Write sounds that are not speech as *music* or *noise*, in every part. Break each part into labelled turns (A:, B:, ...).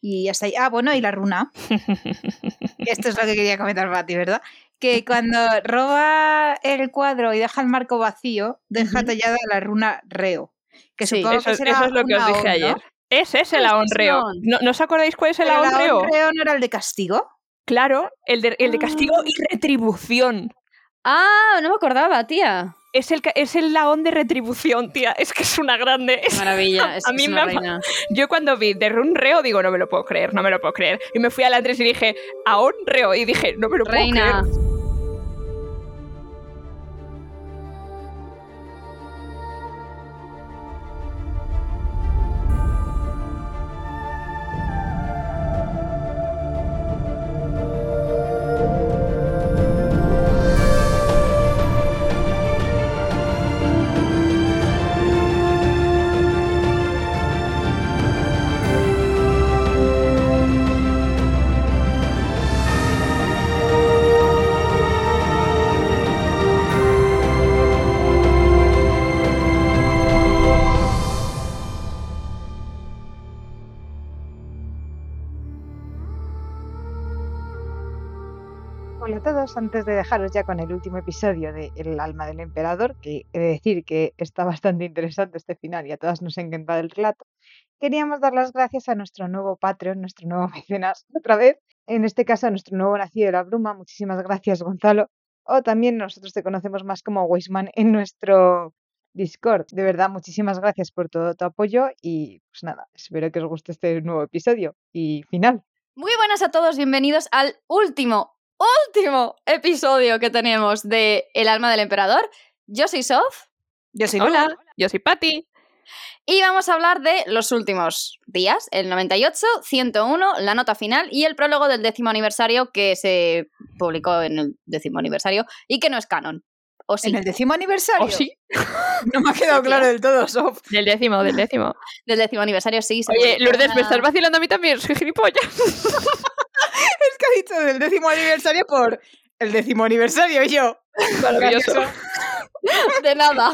A: Y hasta ahí. Ah, bueno, y la
B: *laughs*
A: runa. Esto es lo que quería comentar Pati, ¿verdad? Que cuando roba el cuadro y deja el marco vacío, deja
C: Ujú.
A: tallada la runa Reo. Que
C: Sí,
A: supongo
B: eso,
A: que será
B: eso es lo que os
A: una
B: dije
A: O, ¿no?
B: ayer. Ese es el
C: Pues
B: ahorreo.
C: son.
B: ¿No, ¿No os acordáis cuál es el
A: Pero la
B: ahorreo?
A: Onreo no era el de castigo.
B: Claro, el de, el de castigo y retribución.
C: Ah, no me acordaba, tía.
B: Es el, ca- es el laón de retribución, tía. Es que es una grande. Es- *laughs*
C: Maravilla, es,
B: A
C: es
B: mí
C: una
B: me ha-
C: reina.
B: Yo cuando vi de Runreo digo, no me lo puedo creer, no me lo puedo creer. Y me fui a la 3 y dije, ahorreo. Y dije, no me lo puedo
C: Reina.
B: creer.
D: Hola a todos, antes de dejaros ya con el último episodio de El alma del emperador, que he de decir que está bastante interesante este final y a todas nos ha encantado el relato, queríamos dar las gracias a nuestro nuevo Patreon, nuestro nuevo *laughs* mecenas, otra vez, en este caso a nuestro nuevo nacido de la bruma, muchísimas gracias Gonzalo, o también nosotros te conocemos más como Weisman en nuestro Discord. De verdad, muchísimas gracias por todo tu apoyo y pues nada, espero que os guste este nuevo episodio y final.
C: Muy buenas a todos, bienvenidos al último, último episodio que tenemos de El alma del emperador. Yo soy Sof
A: Yo soy
B: Hola,
A: Luna.
B: yo soy Patty.
C: y vamos a hablar de los últimos días, el 98, 101, la nota final y el prólogo del décimo aniversario que se publicó en el décimo aniversario y que no es canon. O
B: *laughs*
C: sí,
A: En el décimo aniversario.
B: ¿O Oh, sí?
A: *laughs* No me ha quedado
C: Sí,
A: claro del todo, Sof. *laughs*
B: Del décimo, del décimo.
C: del décimo aniversario sí. se
B: Oye,
C: publicó
B: Lourdes,
C: una-
B: me estás vacilando a mí también, soy gilipollas.
A: Es que ha dicho del décimo aniversario por el décimo aniversario y yo.
B: Maravilloso.
A: Gracioso.
C: *laughs* De
B: *laughs*
C: nada.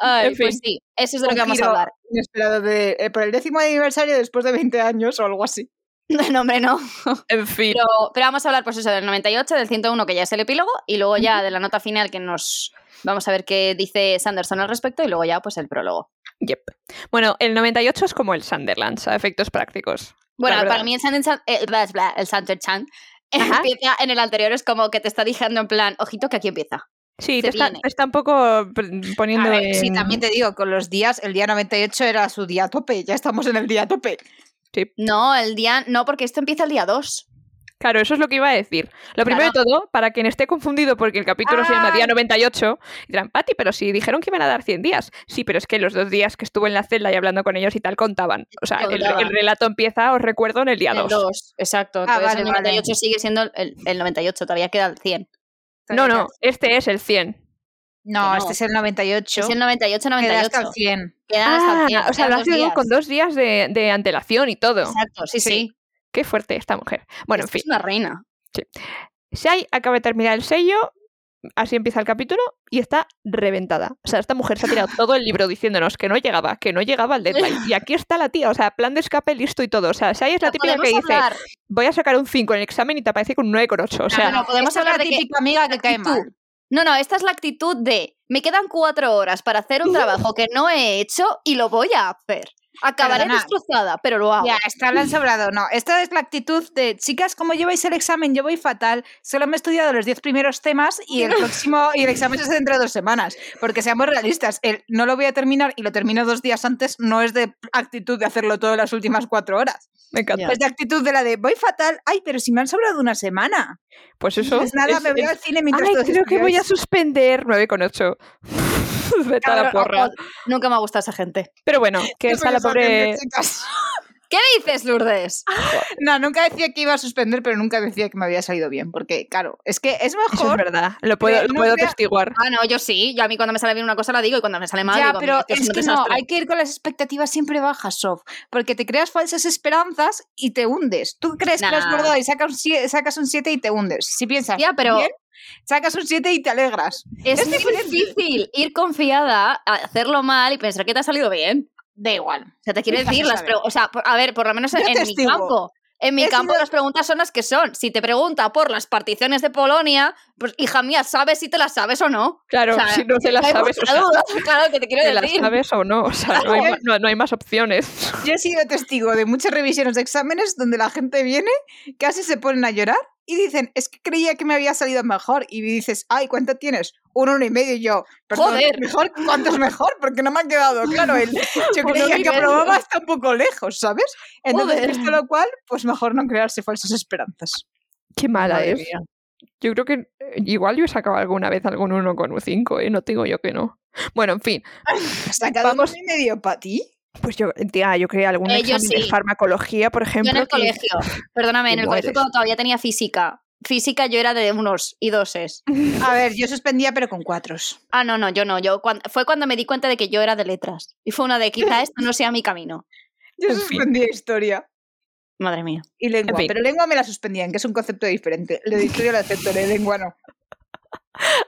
C: Ay,
B: En fin.
C: Pues sí, eso es de lo
A: Un
C: que vamos a
A: giro
C: hablar.
A: Inesperado de, eh, por el décimo aniversario después de 20 años o algo así.
B: *laughs*
C: No, hombre, no.
B: *laughs* En fin.
C: Pero, pero vamos a hablar, pues eso, del 98, del 101, que ya es el epílogo, y luego ya de la nota final que nos... Vamos a ver qué dice Sanderson al respecto y luego ya pues el prólogo.
B: Yep. Bueno, el 98 es como el Sunderland, a efectos prácticos.
C: Bueno,
B: La verdad.
C: para mí el Sanderson, el, bla, bla, el *laughs* Sanderson
B: Ajá.
C: empieza en el anterior, es como que te está diciendo en plan, ojito que aquí empieza.
B: Sí,
C: Se
B: te está,
C: viene.
B: te está un poco p- poniendo.
A: A ver, sí,
B: en-
A: también te digo, con los días, el día 98 era su día tope, ya estamos en el día tope.
C: No, el día... No, porque esto empieza el día 2.
B: Claro, eso es lo que iba a decir. Lo primero de todo, para quien esté confundido porque el capítulo se
C: Ah.
B: llama Día 98, dirán, Pati, pero si dijeron que iban a dar 100 días. Sí, pero es que los dos días que estuve en la celda y hablando con ellos y tal contaban. O sea, el,
C: Contaban.
B: el relato empieza, os recuerdo, en el día 2.
C: El 2, exacto.
A: Ah,
C: Entonces
A: vale,
C: el
A: vale.
C: 98 sigue siendo el- el, el 98, todavía queda el 100.
B: No, no, este es el 100.
A: No,
C: Que no.
A: este es el 98.
C: Es el 98,
A: Queda
C: 98.
A: hasta el 100.
C: Quedan hasta
B: Ah,
C: el 100.
B: o sea,
C: quedan
B: lo
C: dos
B: hace
C: días.
B: con dos días de, de antelación y todo.
C: Exacto, sí,
B: Sí.
C: sí.
B: Qué fuerte esta mujer. Bueno, en
C: Esta
B: fin.
C: Es una reina.
B: Shai acaba de terminar el sello, así empieza el capítulo, y está reventada. O sea, esta mujer se ha tirado todo el libro diciéndonos que no llegaba, que no llegaba al
C: *laughs*
B: deadline. Y aquí está la tía, o sea, plan de escape listo y todo. O sea, Shai es la
C: No
B: típica que
C: podemos
B: dice,
C: hablar-
B: voy a sacar un 5 en el examen y te aparece con un 9,8. O sea,
C: no, no, podemos
A: Esta es
C: hablar
A: la
C: de que-
A: típica amiga que cae
C: actitud.
A: mal.
C: No, no, esta es la actitud de me quedan cuatro horas para hacer un trabajo que no he hecho y lo voy a
A: *laughs*
C: hacer. Acabaré
A: Perdonad.
C: destrozada, pero lo hago.
A: Ya, está la han sobrado. No, esta es la actitud de chicas, ¿cómo lleváis el examen? Yo voy fatal. Solo me he estudiado los 10 primeros temas y
C: *laughs*
A: el próximo y el examen es dentro de dos semanas. Porque seamos realistas, el no lo voy a terminar y lo termino dos días antes no es de actitud de hacerlo todo en las últimas cuatro horas.
B: me encanta.
C: Ya.
A: Es Pues de actitud de la de voy fatal. Ay, pero si me han sobrado una semana.
B: Pues eso.
A: Pues nada,
B: es-
A: me voy
B: es-
A: al cine mientras
B: Ay,
A: todos
B: creo que voy a
A: estudiáis.
B: suspender *laughs* 9,8. Vete a la
C: Cabrón,
B: porra.
C: ojo, nunca me ha gustado esa gente.
B: Pero bueno, que está la
A: Profesor, que
B: pobre.
A: me checas.
C: ¿Qué dices, Lourdes?
A: *laughs* No, nunca decía que iba a suspender, pero nunca decía que me había salido bien. Porque, claro, es que es
B: Eso es
A: mejor.
B: verdad, lo puedo, lo
A: no
B: puedo
A: sea-
B: testiguar.
C: *laughs* Ah, no, yo sí. Yo a mí cuando me sale bien una cosa la digo y cuando me sale mal
A: ya,
C: digo,
A: pero
C: "Mira, esto
A: es
C: un
A: que no,
C: desastre".
A: hay que ir con las expectativas siempre bajas, Sof, porque te creas falsas esperanzas y te hundes. Tú crees que lo has
C: Nah.
A: bordado y sacas un sie- sacas un 7 y te hundes. Si piensas,
C: Ya, pero
A: bien, sacas un 7 y te alegras.
C: es,
A: es
C: muy
A: diferente.
C: difícil ir confiada, a hacerlo mal y pensar que te ha salido bien.
A: Da igual.
C: O sea, te quiero
A: Nunca
C: decir
A: se
C: las
A: sabe.
C: preguntas. O sea, por- a ver, por lo menos en,
A: Yo
C: en mi
A: testigo.
C: campo. En mi
A: He
C: campo
A: sido-
C: las preguntas son las que son. Si te pregunta por las particiones de Polonia, pues hija mía, sabes si te las sabes o no.
B: Claro,
C: O sea,
B: si no te las
C: No hay
B: sabes, o
C: mucha
B: sea,
C: duda, claro, *laughs* que te quiero
B: te las
C: decir.
B: sabes o no, o sea,
C: *laughs*
B: no hay,
A: Claro.
B: ma- no- no hay más opciones.
A: Yo he sido testigo de muchas revisiones de exámenes donde la gente viene, casi se ponen a llorar y dicen, es que creía que me había salido mejor. Y dices, ay, ¿cuánto tienes? Un uno y medio. Y yo, "Perdón,
C: Joder.
A: Mejor, ¿Cuánto es mejor? Porque no me han quedado claro. El, yo
C: Uno
A: creía
C: y
A: que
C: medio.
A: aprobaba hasta un poco lejos, ¿sabes? Entonces,
C: Joder.
A: visto lo cual, pues mejor no crearse falsas esperanzas.
B: Qué mala
A: Madre
B: es.
A: mía.
B: Yo creo que eh, igual yo he sacado alguna vez algún 1 con un 5, ¿eh? No te digo yo que no. Bueno, en fin,
A: ¿Has sacado
B: Vamos.
A: un uno y medio para ti?
B: pues yo, tía, yo creé algún
C: Eh, yo
B: examen de
C: sí.
B: farmacología, por ejemplo.
C: Yo en el
B: que-
C: colegio, perdóname, en el
B: Te
C: colegio
B: mueres.
C: cuando todavía tenía física. Física yo era de unos y
B: *laughs*
C: doses.
A: A ver, yo suspendía, pero con cuatros.
C: Ah, no, no, yo no. Yo cuan- fue cuando me di cuenta de que yo era de letras. Y fue una de quizá esto no sea mi camino.
A: Yo
B: En fin.
A: suspendía historia.
C: Madre mía.
A: Y lengua,
B: En fin.
A: pero lengua me la suspendían, que es un concepto diferente. Lo de historia lo acepto, lo de lengua no.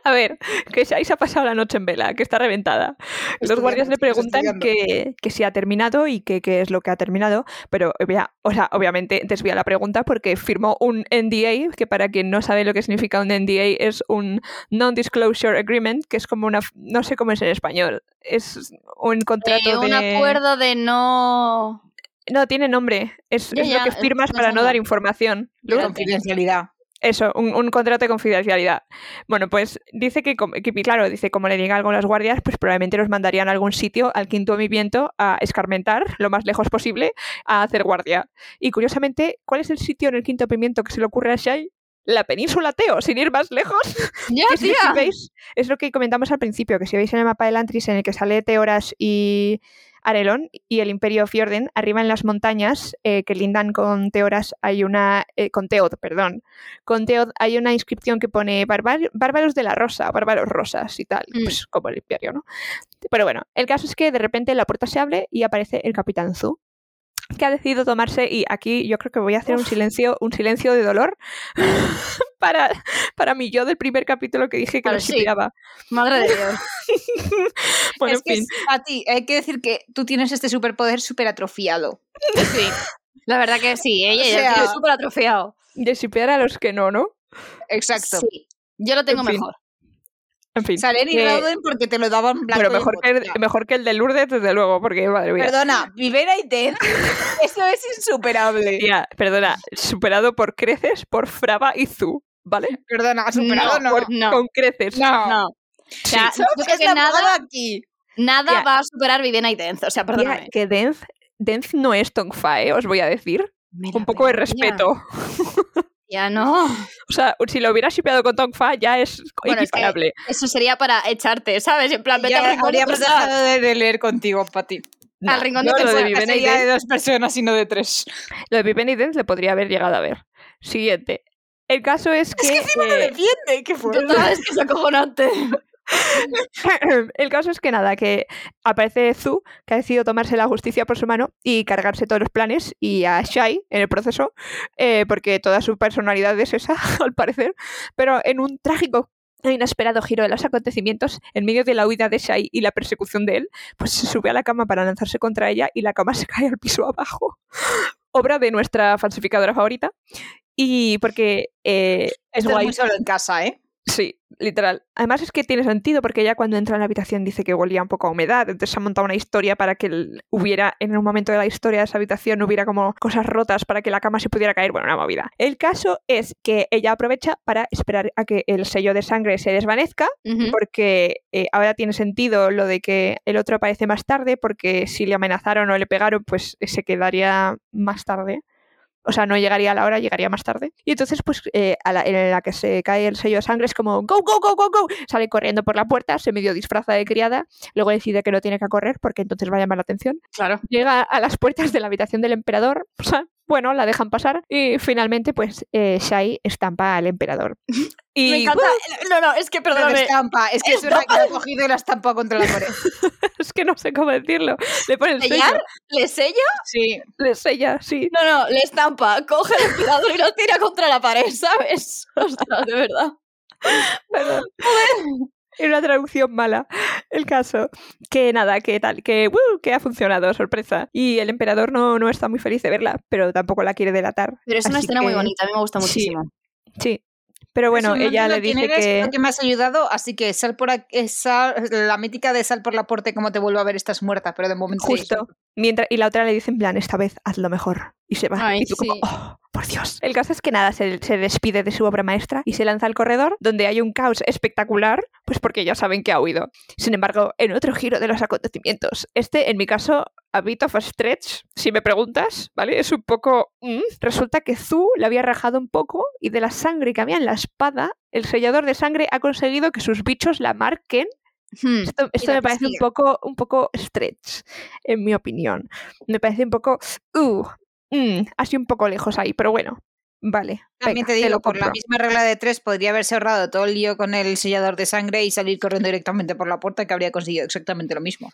B: A ver, que Shai se ha pasado la noche en vela, que está reventada. Los
A: Estudiando,
B: guardias le
A: chicos,
B: preguntan
A: estudiando.
B: que, que si ha terminado y que qué es lo que ha terminado, pero obvia- o sea, obviamente desvía la pregunta porque firmó un NDA, que para quien no sabe lo que significa un NDA es un Non-Disclosure Agreement, que es como una, f- no sé cómo es en español, es un contrato
C: Eh, un
B: de...
C: acuerdo de no.
B: *laughs* No, tiene nombre, es,
C: Ya,
B: es
C: ya,
B: lo que
C: es-
B: firmas
C: no
B: para
C: sé
B: no
C: nada.
B: dar información.
A: La
B: Luego-
A: confidencialidad.
B: eso, un, un contrato de confidencialidad. Bueno, pues dice que, com- que, claro, dice como le diga algo a los guardias, pues probablemente los mandarían a algún sitio al quinto movimiento a escarmentar lo más lejos posible a hacer guardia. Y curiosamente, ¿cuál es el sitio en el quinto pimiento que se le ocurre a Shai? La península Teo, sin ir más lejos.
C: ¡Ya,
B: Que es lo que
C: tía!
B: veis- es lo que comentamos al principio, que si veis en el mapa de Lantris en el que sale Teoras y Arelon y el Imperio Fjorden, arriba en las montañas eh, que lindan con Teoras hay una... eh, con Teod, perdón. Con Teod hay una inscripción que pone "Barbar- bárbaros de la rosa, bárbaros rosas y tal,
C: Mm.
B: pues como el Imperio, ¿no? Pero bueno, el caso es que de repente la puerta se abre y aparece el Capitán Zu que ha decidido tomarse y aquí yo creo que voy a hacer un silencio un silencio de dolor *laughs* para para mi yo del primer capítulo que dije que
C: Claro,
B: lo
C: sí.
B: shipeaba.
C: Madre de Dios.
B: Bueno,
A: es
B: en
A: que
B: fin.
A: a ti, hay que decir que tú tienes este superpoder súper atrofiado.
C: Sí. La verdad que sí, ella
A: O
C: ella
A: sea-
C: lo tiene súper atrofiado.
B: De shipear a los que no, ¿no?
A: Exacto.
C: Sí. Yo lo tengo
B: En fin.
C: mejor.
B: En fin.
A: Salen y
B: Eh,
A: Rauden porque te lo daban blanco.
B: Pero
A: y en
B: mejor que,
A: botella.
B: el, mejor que el de Lourdes, desde luego, porque madre mía.
A: Perdona, Vivera y *laughs* Ted. Eso es insuperable.
B: Tía, perdona, superado por creces por Fraba y Zu, ¿vale?
A: Perdona, superado no.
C: No, no,
B: Con creces.
A: No.
C: no. O sea,
A: Chop
C: yo creo
A: es
C: que
A: la
C: nada,
A: moda aquí.
C: nada
B: Tía.
C: va a superar Vivena y Denz. O sea,
B: Tía,
C: perdóname.
B: que Denz, Denz no es Tongfa, ¿eh? Os voy a decir.
C: Me la
B: Un poco de
C: pela, tía.
B: respeto.
C: Ya no.
B: O sea, si lo hubiera shipeado con Tongfa, ya es
C: Bueno, es que-
B: equiparable.
C: Eso sería para echarte, ¿sabes? En plan, vete
A: Ya
C: al rincón de
A: habríamos
C: tu casa.
A: dejado de, de leer contigo, Pati.
B: No,
C: al rincón de
B: yo
C: tu
B: lo de
C: casa
B: Vivena y
A: Sería
B: Denz-
A: de dos personas y no de *laughs* tres.
B: lo de Vivena y Denz le podría haber llegado a ver. Siguiente. El caso es que. eh,
A: defiende, qué
C: Tú sabes que es acojonante.
B: *laughs* El caso es que nada, que aparece Zu, que ha decidido tomarse la justicia por su mano y cargarse todos los planes, y a Shai en el proceso, eh, porque toda su personalidad es esa, *laughs* al parecer, pero en un trágico e inesperado giro de los acontecimientos, en medio de la huida de Shai y la persecución de él, pues se sube a la cama para lanzarse contra ella y la cama *laughs* se cae al piso abajo. *laughs* Obra de nuestra falsificadora favorita. Y porque eh, es
A: Esto es
B: guay.
A: muy solo en casa, ¿eh?
B: Sí, literal. Además es que tiene sentido porque ella cuando entra en la habitación dice que olía un poco a humedad, entonces se ha montado una historia para que el- hubiera, en un momento de la historia de esa habitación, hubiera como cosas rotas para que la cama se pudiera caer, bueno, una movida. El caso es que ella aprovecha para esperar a que el sello de sangre se desvanezca,
C: Ujú.
B: porque eh, ahora tiene sentido lo de que el otro aparece más tarde, porque si le amenazaron o le pegaron, pues eh, se quedaría más tarde. O sea, no llegaría a la hora, llegaría más tarde. Y entonces, pues, eh, a la, en la que se cae el sello de sangre es como ¡Go, go, go, go, go! Sale corriendo por la puerta, se medio disfraza de criada, luego decide que no tiene que correr porque entonces va a llamar la atención
C: Claro.
B: llega a las puertas de la habitación del emperador. O sea, bueno, la dejan pasar. Y finalmente, pues, eh, Shai estampa al emperador. Y,
C: *laughs* Me encanta. No, no, es que
A: Pero de
C: perdóname.
A: estampa. Es que es una que *laughs* la ha cogido y la estampa contra la pared.
B: ¡guau! *laughs* es que no sé cómo decirlo. Le pone el sello.
C: ¿Sellar? ¿Le sella?
A: Sí.
B: Le sella, sí.
C: No, no, le estampa. Coge el aspirador y lo *laughs* tira contra la pared, ¿sabes? Ostras, de verdad.
B: Perdón. en una traducción mala. El caso. Que nada, que tal, que, ¡uh! que ha funcionado, sorpresa. Y el emperador no, no está muy feliz de verla, pero tampoco la quiere delatar.
C: Pero es una
B: Así
C: escena muy
B: que-
C: bonita, a mí me gusta
B: Sí.
C: muchísimo.
B: Sí. Pero bueno,
A: Eso, no
B: ella
A: digo
B: le
A: quién
B: dice
A: eres,
B: que...
A: creo me has ayudado, así que sal por aquí, sal- la mítica de sal por la puerta y como te vuelvo a ver estás muerta, pero de momento
B: Justo. Mientras, y la otra le dice en plan, esta vez hazlo mejor. Y se va.
C: Ay,
B: y tú como,
C: sí.
B: oh, por Dios. El caso es que nada, se, se despide de su obra maestra y se lanza al corredor, donde hay un caos espectacular, pues porque ya saben que ha huido. Sin embargo, en otro giro de los acontecimientos, este, en mi caso, a bit of a stretch, si me preguntas, ¿vale? Es un poco... mm. Resulta que Zu le había rajado un poco y de la sangre que había en la espada, el sellador de sangre ha conseguido que sus bichos la marquen
C: *laughs* Hmm.
B: esto, esto
A: la
B: me parece un
A: persigue.
B: poco, un poco stretch, en mi opinión. Me parece un poco. Uh, mm, así un poco lejos ahí, pero bueno. Vale.
A: También te
B: venga,
A: digo,
B: lo
A: por la
B: compro.
A: misma regla de tres, podría haberse ahorrado todo el lío con el sellador de sangre y salir corriendo directamente por la puerta, que habría conseguido exactamente lo mismo.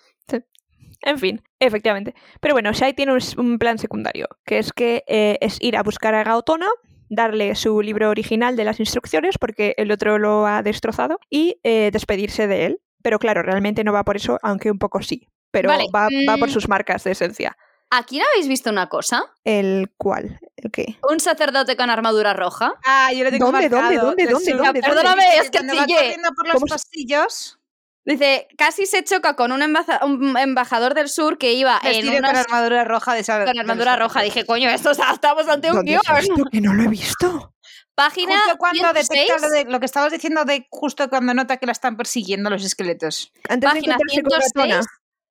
B: En fin, efectivamente. Pero bueno, Shai tiene un, s- un plan secundario, que es que eh, es ir a buscar a Gaotona, darle su libro original de las instrucciones, porque el otro lo ha destrozado, y eh, despedirse de él. Pero claro, realmente no va por eso, aunque un poco sí. Pero
C: Vale,
B: va, va por
C: mm.
B: sus marcas de esencia.
C: Aquí no habéis visto una cosa.
B: ¿El cual ¿El qué?
C: Un sacerdote con armadura roja.
A: Ah, yo lo
B: tengo ¿Dónde, dónde, marcado. dónde, dónde, dónde,
C: perdóname, es que
A: cuando va
C: pillé.
A: corriendo por los
B: ¿Cómo se-
A: pasillos,
C: Dice, casi se choca con un, embaza- un embajador del sur que iba en
A: vestido
C: una
A: con armadura roja de esa-
C: con armadura
A: de los-
C: roja. Dije, coño, esto está- estamos ante un
B: ¿Dónde
C: guión.
B: es esto? Que no lo he visto.
C: Página
A: Justo cuando detecta
C: 106,
A: lo, de- lo que estabas diciendo de justo cuando nota que la están persiguiendo los esqueletos.
B: Antes de
C: Página
B: encontrarse con
C: 106.
B: Ratona.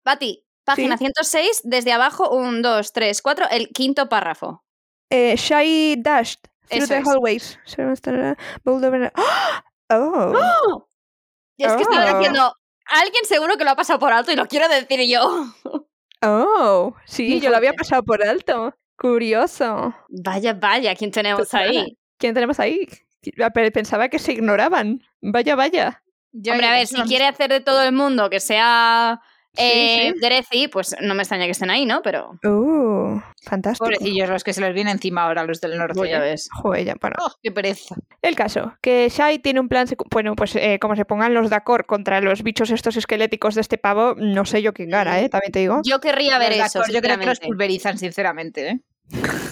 C: Bati, página 106, desde abajo, 1, 2, 3, 4, el quinto
A: *gasps*
C: párrafo.
B: Eh, Shy Dashed. Through
C: Eso
B: the
C: es.
B: hallways. Se va a estar- Bold over- ¡Ah! *gasps* Oh.
C: *gasps* Y es que estaba
B: Oh.
C: diciendo, alguien seguro que lo ha pasado por alto y lo quiero decir yo. *laughs*
B: Oh. Sí,
C: Muy
B: yo lo había
C: fuerte.
B: pasado por alto. Curioso.
C: Vaya, vaya, ¿quién tenemos
B: Total.
C: ahí?
B: ¿Quién tenemos ahí? Pe- Pensaba que se ignoraban. Vaya, vaya.
A: Yo-
C: Hombre, a ver, si quiere hacer de todo el mundo que sea
B: Sí,
C: eh,
B: sí.
C: Derezi, pues no me extraña que estén ahí, ¿no? Pero...
B: Oh, fantástico.
A: Pobrecillos los que se les viene encima ahora, los del norte.
C: Uy, Pues ya
A: ¿eh?
C: ves.
B: Joder, ya, bueno.
A: Oh, qué pereza.
B: El caso, que Shai tiene un plan... secu- Bueno, pues eh, como se pongan los Dakor contra los bichos estos esqueléticos de este pavo, no sé yo quién gana,
C: Mm.
B: ¿eh? También te
C: *laughs*
B: digo.
C: Yo querría ver
A: Los
C: eso,
A: Dakor, yo creo que los
C: sinceramente.
A: pulverizan, sinceramente. ¿eh?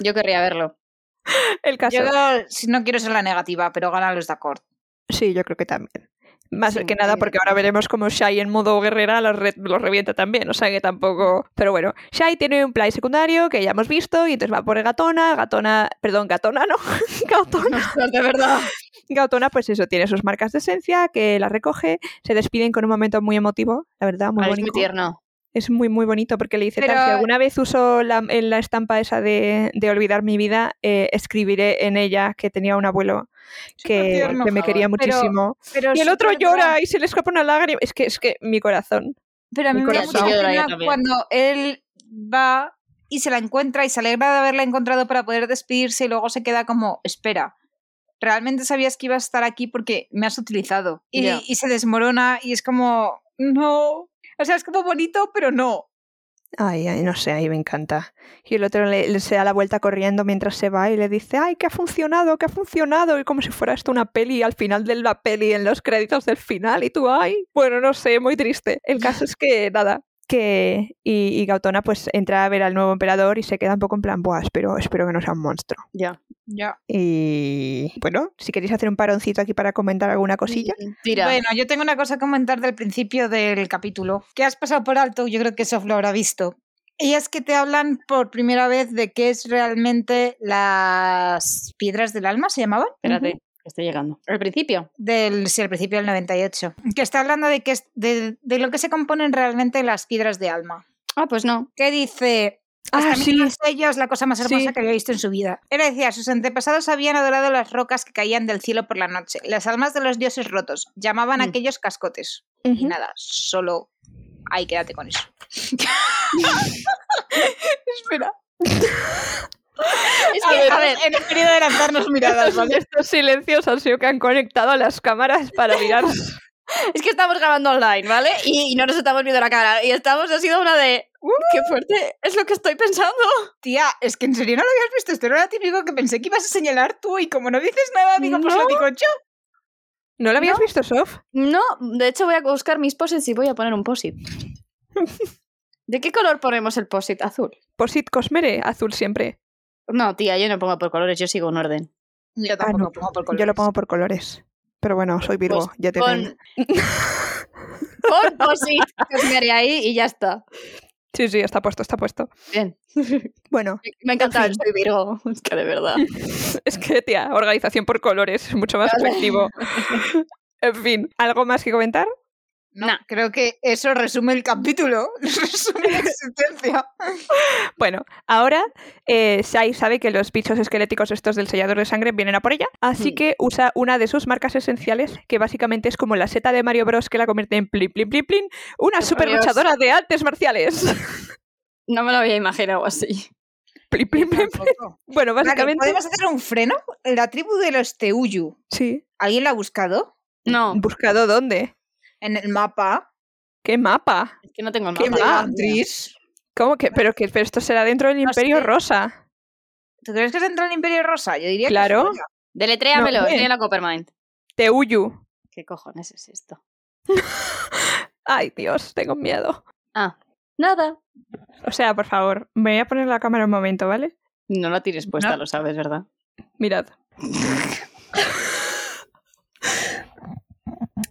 C: Yo querría *laughs* verlo.
B: El caso...
A: Yo creo- si no quiero ser la negativa, pero ganan los de acord.
B: Sí, yo creo que también. Más
A: Sí,
B: que
A: yo
B: nada
A: creo
B: porque
A: que
B: ahora veremos cómo Shai en modo guerrera los, re- los revienta también, o sea que tampoco... Pero bueno, Shai tiene un play secundario que ya hemos visto y entonces va por Gatona, Gatona... Perdón, Gatona no, *laughs* Gatona.
C: de verdad.
B: Gatona pues eso, tiene sus marcas de esencia que la recoge, se despiden con un momento muy emotivo, la verdad, muy
C: Ay, es
B: bonito.
C: muy tierno.
B: Es muy, muy bonito porque le dice, tal, si
A: Pero-
B: alguna vez uso la, en la estampa esa de, de olvidar mi vida, eh, escribiré en ella que tenía un abuelo que,
A: Supertierno,
B: que me quería
A: Java. Pero-
B: muchísimo.
A: Pero
B: Y el otro
A: superdrama.
B: llora y se le escapa una lágrima. Es que, es que mi corazón.
A: Pero a mí
B: Mi
A: me da
B: corazón.
A: mucha
C: Yo lloraría
A: pena
C: también.
A: cuando él va y se la encuentra y se alegra de haberla encontrado para poder despedirse y luego se queda como, espera, realmente sabías que iba a estar aquí porque me has utilizado. Y,
C: Ya.
A: y se desmorona y es como, no. O sea, es como bonito, pero no.
B: Ay, ay, no sé, ahí me encanta. Y el otro le, le- se da la vuelta corriendo mientras se va y le dice, ay, que ha funcionado, que ha funcionado. Y como si fuera esto una peli al final de la peli, en los créditos del final. Y tú, ay, bueno, no sé, muy triste. El caso es que, nada, que... Y, y Gautona pues entra a ver al nuevo emperador y se queda un poco en plan, buah, espero, espero que no sea un monstruo.
C: Ya.
A: Ya.
B: Y bueno, si queréis hacer un paroncito aquí para comentar alguna
C: Pues
B: cosilla.
C: Tira.
A: Bueno, yo tengo una cosa que comentar del principio del capítulo. Que has pasado por alto, yo creo que Sof lo habrá visto. Y es que te hablan por primera vez de qué es realmente las piedras del alma, ¿se llamaban?
C: Espérate, que estoy llegando. Al principio.
A: del, sí, al principio del 98, que está hablando de, que es- de, de lo que se componen realmente las piedras de alma.
C: Ah, pues *laughs* no.
A: Que dice,
B: Ah,
A: hasta mí
B: sí,
A: los sellos, la cosa más hermosa
B: Sí.
A: que había visto en su vida. Él decía, sus antepasados habían adorado las rocas que caían del cielo por la noche, las almas de los dioses rotos, llamaban a
C: Mm.
A: aquellos cascotes. Y
B: Ujú.
A: nada, solo ahí quédate con eso. Espera.
C: Es que, a ver,
A: hemos querido adelantarnos
B: *laughs*
A: miradas,
B: Estos, estos silencios han sido que han conectado las cámaras para mirar.
C: es que estamos grabando online, ¿vale? Y, y no nos estamos viendo la cara. Y estamos, ha sido una de. "Uh, ¡Qué fuerte! Es lo que estoy pensando.
A: Tía, es que en serio no lo habías visto. Esto era lo típico que pensé que ibas a señalar tú y como no dices nada, digo, pues lo
C: No.
A: digo yo.
B: *laughs* ¿No lo habías
C: ¿No?
B: visto, Sof?
C: No, de hecho voy a buscar mis posits y voy a poner un *laughs* posit. ¿De qué color ponemos el posit? Azul.
B: Posit Cosmere, azul siempre.
C: No, tía, yo no pongo por colores, yo sigo un orden.
A: Yo
B: Ah,
A: tampoco
B: no,
A: pongo por
B: Yo lo
A: colores.
B: pongo por colores. Pero bueno, soy Virgo,
C: Pues
B: ya te
C: Pon, *laughs* pon posit, Cosmere ahí y ya está.
B: Sí, sí, está puesto, está puesto.
C: Bien.
B: Bueno,
C: Me encanta
B: En
C: el soy Virgo, *laughs* es que de verdad.
B: *laughs* es que, tía, organización por colores es mucho más *laughs*
C: Vale.
B: efectivo. en fin, ¿algo más que comentar?
A: No,
C: Nah.
A: Creo que eso resume el capítulo. *laughs* Resume la existencia.
B: Bueno, ahora eh, Shai sabe que los bichos esqueléticos estos del sellador de sangre vienen a por ella, así
C: Hmm.
B: que usa una de sus marcas esenciales, que básicamente es como la seta de Mario Bros que la convierte en plin plin plin plin, una
C: Por
B: super
C: Dios.
B: luchadora de artes marciales.
C: No me lo había imaginado así.
B: plin, plin, plin.
A: Tampoco.
B: Bueno,
A: Vale,
B: básicamente
A: ¿Podemos hacer un freno? La tribu de los Teuyu.
B: sí.
A: ¿Alguien la ha buscado?
C: No,
B: ¿Buscado dónde?
A: En el mapa.
B: ¿Qué mapa?
C: es que no tengo el
B: ¿Qué
C: mapa.
B: va?
A: Beatriz.
B: ¿Cómo que? Pero que pero esto será dentro del
C: No
B: Imperio
C: sé.
B: Rosa.
A: ¿Tú crees que es dentro del Imperio Rosa? Yo diría
B: Claro.
A: que fuera.
C: Deletréamelo,
B: No,
C: estoy
B: bien.
C: en la Coppermind.
B: Teuyu.
C: ¿Qué cojones es esto?
B: Ay, Dios, tengo miedo.
C: Nada.
B: O sea, por favor, me voy a poner la cámara un momento, ¿vale?
C: No la tienes puesta,
A: No.
C: lo sabes, ¿verdad?
B: Mirad.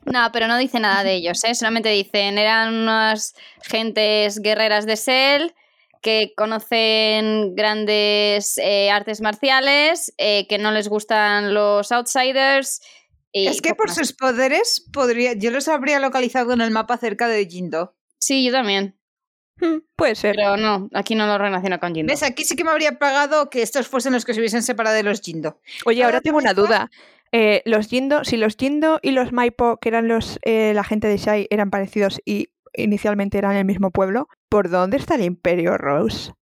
C: No, pero no dice nada de ellos, ¿eh? Solamente dicen, eran unas gentes guerreras de Sel que conocen grandes eh, artes marciales, eh, que no les gustan los outsiders. y
A: Es que
C: poco
A: por
C: más.
A: sus poderes podría, yo los habría localizado en el mapa cerca de Jindo.
C: Sí, yo también.
B: Hmm, puede ser.
C: Pero no, aquí no lo relaciono con Jindo.
A: ¿Ves? Aquí sí que me habría pagado que estos fuesen los que se hubiesen separado de los Jindo.
B: Oye, ahora
A: Ahora
B: tengo una
A: está-
B: duda. Eh, los Jindo, si los Jindo y los Maipo, que eran los eh, la gente de Shai, eran parecidos y inicialmente eran el mismo pueblo, ¿por dónde está el Imperio Rose?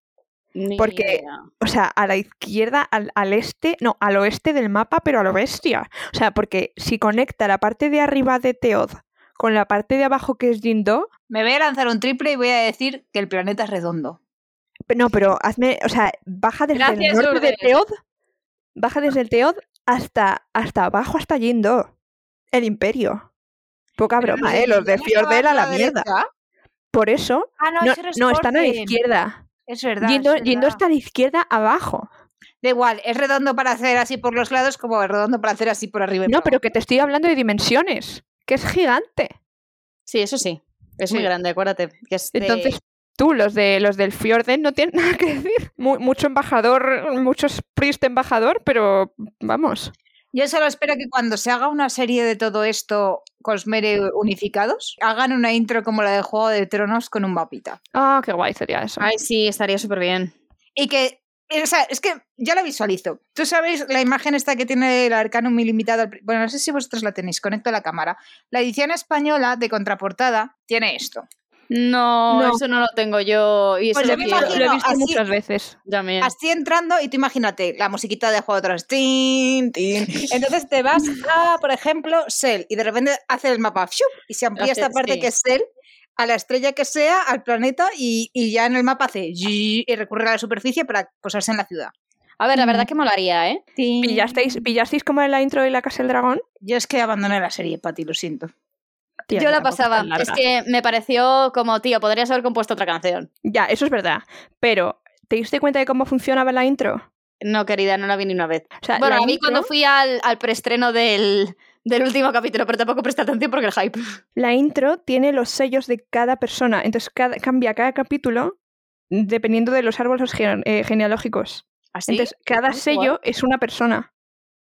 C: Ni
B: porque-
C: idea.
B: O sea, a la izquierda, al, al este, no, al oeste del mapa, pero a lo bestia. O sea, porque si conecta la parte de arriba de Teod con la parte de abajo que es Jindo,
A: Me voy a lanzar un triple y voy a decir que el planeta es redondo.
B: pe- no, pero hazme, o sea, baja desde
C: Gracias,
B: el norte de
C: Lourdes.
B: Teod, baja desde el Teod hasta, hasta abajo, hasta Jindo, el Imperio. Poca
A: Pero
B: broma,
A: los
B: ¿eh? Los de
A: Jindo estaban
B: Fiordel a la
A: derecha.
B: mierda. Por eso,
A: Ah, no,
B: no,
A: eso es
B: no, están a la
A: Orden.
B: izquierda.
A: Es verdad.
B: Jindo,
A: es
B: Jindo
A: verdad.
B: está a la izquierda abajo.
A: Da igual, es redondo para hacer así por los lados como es redondo para hacer así por arriba. y
B: No,
A: por
B: pero que te estoy hablando de dimensiones, que es gigante.
C: Sí, eso sí. Es muy
B: Muy-
C: grande, acuérdate. que este es de-
B: Entonces, tú, los de los del Fjorden, no tienen *laughs* nada que decir. Mu- mucho embajador, muchos priest embajador, pero vamos.
A: Yo solo espero que cuando se haga una serie de todo esto, Cosmere unificados, hagan una intro como la de Juego de Tronos con un mapita.
B: Ah, qué guay sería eso.
C: Ay, sí, estaría súper bien.
A: Y que, o sea, es que ya la visualizo. Tú sabéis la imagen esta que tiene el Arcanum ilimitado. al pri- Bueno, no sé si vosotros la tenéis, conecto la cámara. La edición española de contraportada tiene esto.
C: No,
B: No.
C: eso no lo tengo yo. Y eso
A: Pues
C: lo
A: yo me
C: quiero.
B: Lo- lo he
A: imagino
B: visto
A: así-
B: muchas veces.
C: También.
A: Así entrando, y tú imagínate, la musiquita de Juego de Tronos. Tin, tin. Entonces te vas a, por ejemplo, Cell, y de repente hace el mapa ¡fiu! y se amplía
C: Hace-
A: esta parte
C: sí.
A: que es Cell a la estrella que sea, al planeta, y, y ya en el mapa hace yi, y recurre a la superficie para posarse en la ciudad.
C: A ver, la verdad que molaría, ¿eh?
B: ¿Pillasteis, ¿Pillasteis como en la intro de la Casa del Dragón?
A: Yo es que abandoné la serie, Pati, lo siento.
B: Tía,
C: yo la
B: tampoco es tan
C: pasaba. Es
B: larga.
C: que me pareció como, tío, podrías haber compuesto otra canción.
B: Ya, eso es verdad. Pero, ¿te diste cuenta de cómo funcionaba la intro?
C: No, querida, no la vi ni una vez.
B: O sea,
C: Bueno, la, vi
B: intro-
C: cuando fui al, al preestreno del, del último capítulo, pero tampoco presté atención porque el hype.
B: la intro tiene los sellos de cada persona, entonces cada- cambia cada capítulo dependiendo de los árboles gene- eh, genealógicos.
C: Así.
B: Entonces, cada
C: Ah, guau.
B: sello es una persona.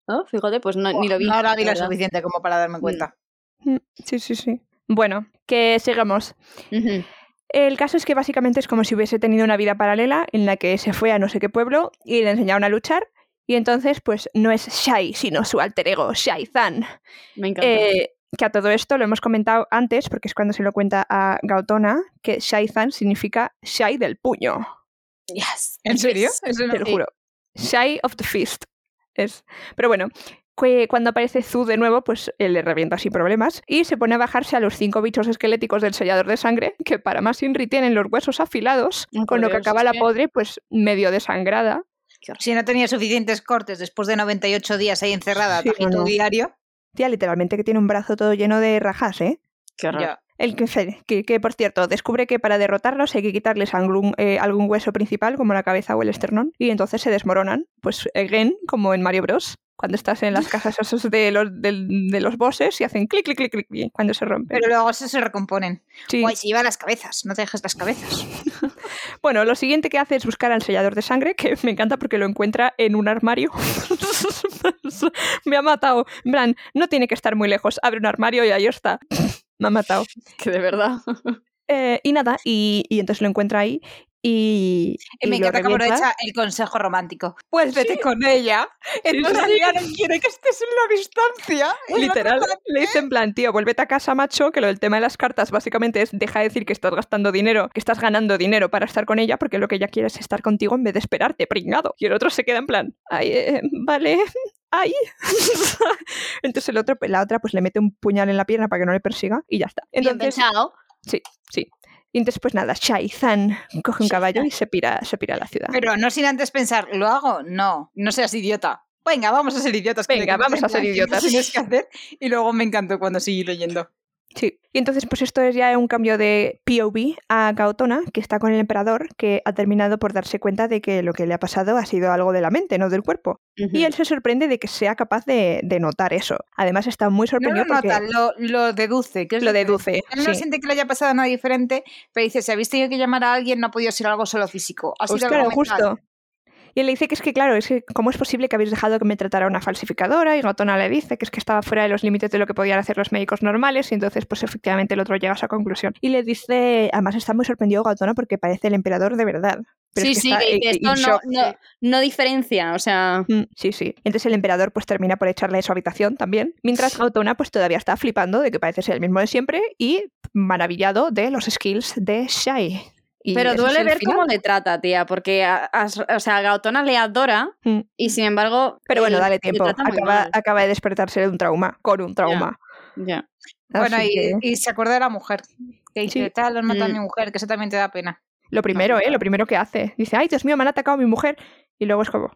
C: ¿no? Fíjate, pues no- ni lo vi.
A: No la vi
C: la
A: lo
C: verdad.
A: suficiente como para darme cuenta.
B: Mm, Sí, sí, sí. Bueno, que sigamos.
C: Ujú.
B: El caso es que básicamente es como si hubiese tenido una vida paralela en la que se fue a no sé qué pueblo y le enseñaron a luchar. Y entonces, pues no es Shai, sino su alter ego, Shai Zan.
C: Me encanta.
B: Eh, que a todo esto lo hemos comentado antes, porque es cuando se lo cuenta a Gautona, que Shai Zan significa Shai del puño.
C: Yes.
A: ¿En serio?
C: Yes.
A: Eso no-
B: te lo juro. Shy of the Fist. Es. Pero bueno, que cuando aparece Zu de nuevo, pues eh, le revienta sin problemas y se pone a bajarse a los cinco bichos esqueléticos del sellador de sangre, que para más Inri tienen los huesos afilados,
C: Ay, por
B: con lo que
C: Dios,
B: acaba
C: es
B: la
C: que-
B: podre, pues medio desangrada.
A: Si no tenía suficientes cortes después de 98 días ahí encerrada,
B: Sí,
A: tapito
B: no, no.
A: diario.
B: Tía, literalmente que tiene un brazo todo lleno de rajas, ¿eh?
C: Qué horror.
A: Ya.
B: El que, se- que, que, por cierto, descubre que para derrotarlos hay que quitarles algún, eh, algún hueso principal, como la cabeza o el esternón, y entonces se desmoronan. Pues, again, como en Mario Bros. Cuando estás en las casas esos de los, del- de los bosses y hacen clic, clic, clic, clic, clic, cuando se rompen.
A: Pero luego eso se recomponen.
B: Sí.
A: Guay, se lleva las cabezas, no te dejes las cabezas.
B: Bueno, lo siguiente que hace es buscar al sellador de sangre, que me encanta porque lo encuentra en un armario. *laughs* me ha matado. En plan, no tiene que estar muy lejos. Abre un armario y ahí está. *laughs* Me ha matado.
C: Que
B: *laughs*
C: de verdad.
B: Eh, y nada, y, y entonces lo encuentra ahí y.
A: Y me
B: lo
A: encanta que
B: revienta.
A: aprovecha el consejo romántico. Pues vete con ella. Entonces
B: *laughs* sí. *laughs*
A: ella no quiere que estés en la distancia. en la
B: Literal,
A: otra
B: le dice en plan, tío, vuélvete a casa, macho, que lo del tema de las cartas básicamente es deja de decir que estás gastando dinero, que estás ganando dinero para estar con ella, porque lo que ella quiere es estar contigo en vez de esperarte, pringado. Y el otro se queda en plan, ay, eh, vale, *laughs* ay. Entonces el otro, la otra pues le mete un puñal en la pierna para que no le persiga y ya está.
C: Bien
B: Entonces,
C: pensado.
B: y entonces pues nada, Shai-Zan coge un caballo y se pira, se pira a la ciudad.
A: Pero no sin antes pensar, ¿lo hago? No, no seas idiota. Venga, vamos a ser idiotas. que
B: Venga,
A: te quedas
B: vamos
A: en
B: a ser
A: blanco y no
B: idiotas.
A: tienes que hacer. Y luego me encantó cuando seguí leyendo.
B: Sí. Y entonces, pues esto es ya un cambio de POV a Gaotona, que está con el emperador, que ha terminado por darse cuenta de que lo que le ha pasado ha sido algo de la mente, no del cuerpo. Y él se sorprende de que sea capaz de, de notar eso. Además, está muy
A: No
B: sorprendido
A: lo
B: porque
A: nota, lo, lo deduce. Que es
B: lo
A: diferente.
B: deduce.
A: Él no
B: sí.
A: siente que le haya pasado nada diferente, pero dice, si habéis tenido que llamar a alguien, no ha podido ser algo solo físico. Ha sido
B: Pues
A: algo
B: claro,
A: mental".
B: justo. Y él le dice que es que, claro, es que, ¿cómo es posible que habéis dejado que me tratara una falsificadora? Y Gautona le dice que es que estaba fuera de los límites de lo que podían hacer los médicos normales. Y entonces, pues efectivamente, el otro llega a esa conclusión. Y le dice, además está muy sorprendido Gautona porque parece el emperador de verdad. Pero
C: sí,
B: es que
C: sí,
B: está
C: que dice,
B: en- en
C: esto no,
B: shock.
C: no, no diferencia, o sea...
B: Mm, Sí, sí. Entonces el emperador pues termina por echarle de su habitación también. Mientras Gautona pues todavía está flipando de que parece ser el mismo de siempre y maravillado de los skills de Shai. Y
C: Pero
B: ese es
C: duele
B: el
C: ver
B: final.
C: cómo le trata, tía, porque, a- a- o sea, Gautona le adora
B: Mm.
C: y, sin embargo...
B: Pero bueno,
C: él
B: dale
C: le
B: tiempo.
C: trata muy
B: Acaba,
C: mal.
B: acaba de despertarse de un trauma, con un trauma.
C: Ya.
A: Bueno,
B: Así
A: y,
B: Ah, que,
A: y se acuerda de la mujer. Que dice,
B: Sí.
A: tal, han matado a
C: Mm.
A: mi mujer, que eso también te da pena.
B: Lo primero, ¿eh? Lo primero que hace. Dice, ay, Dios mío, me han atacado a mi mujer. Y luego es como,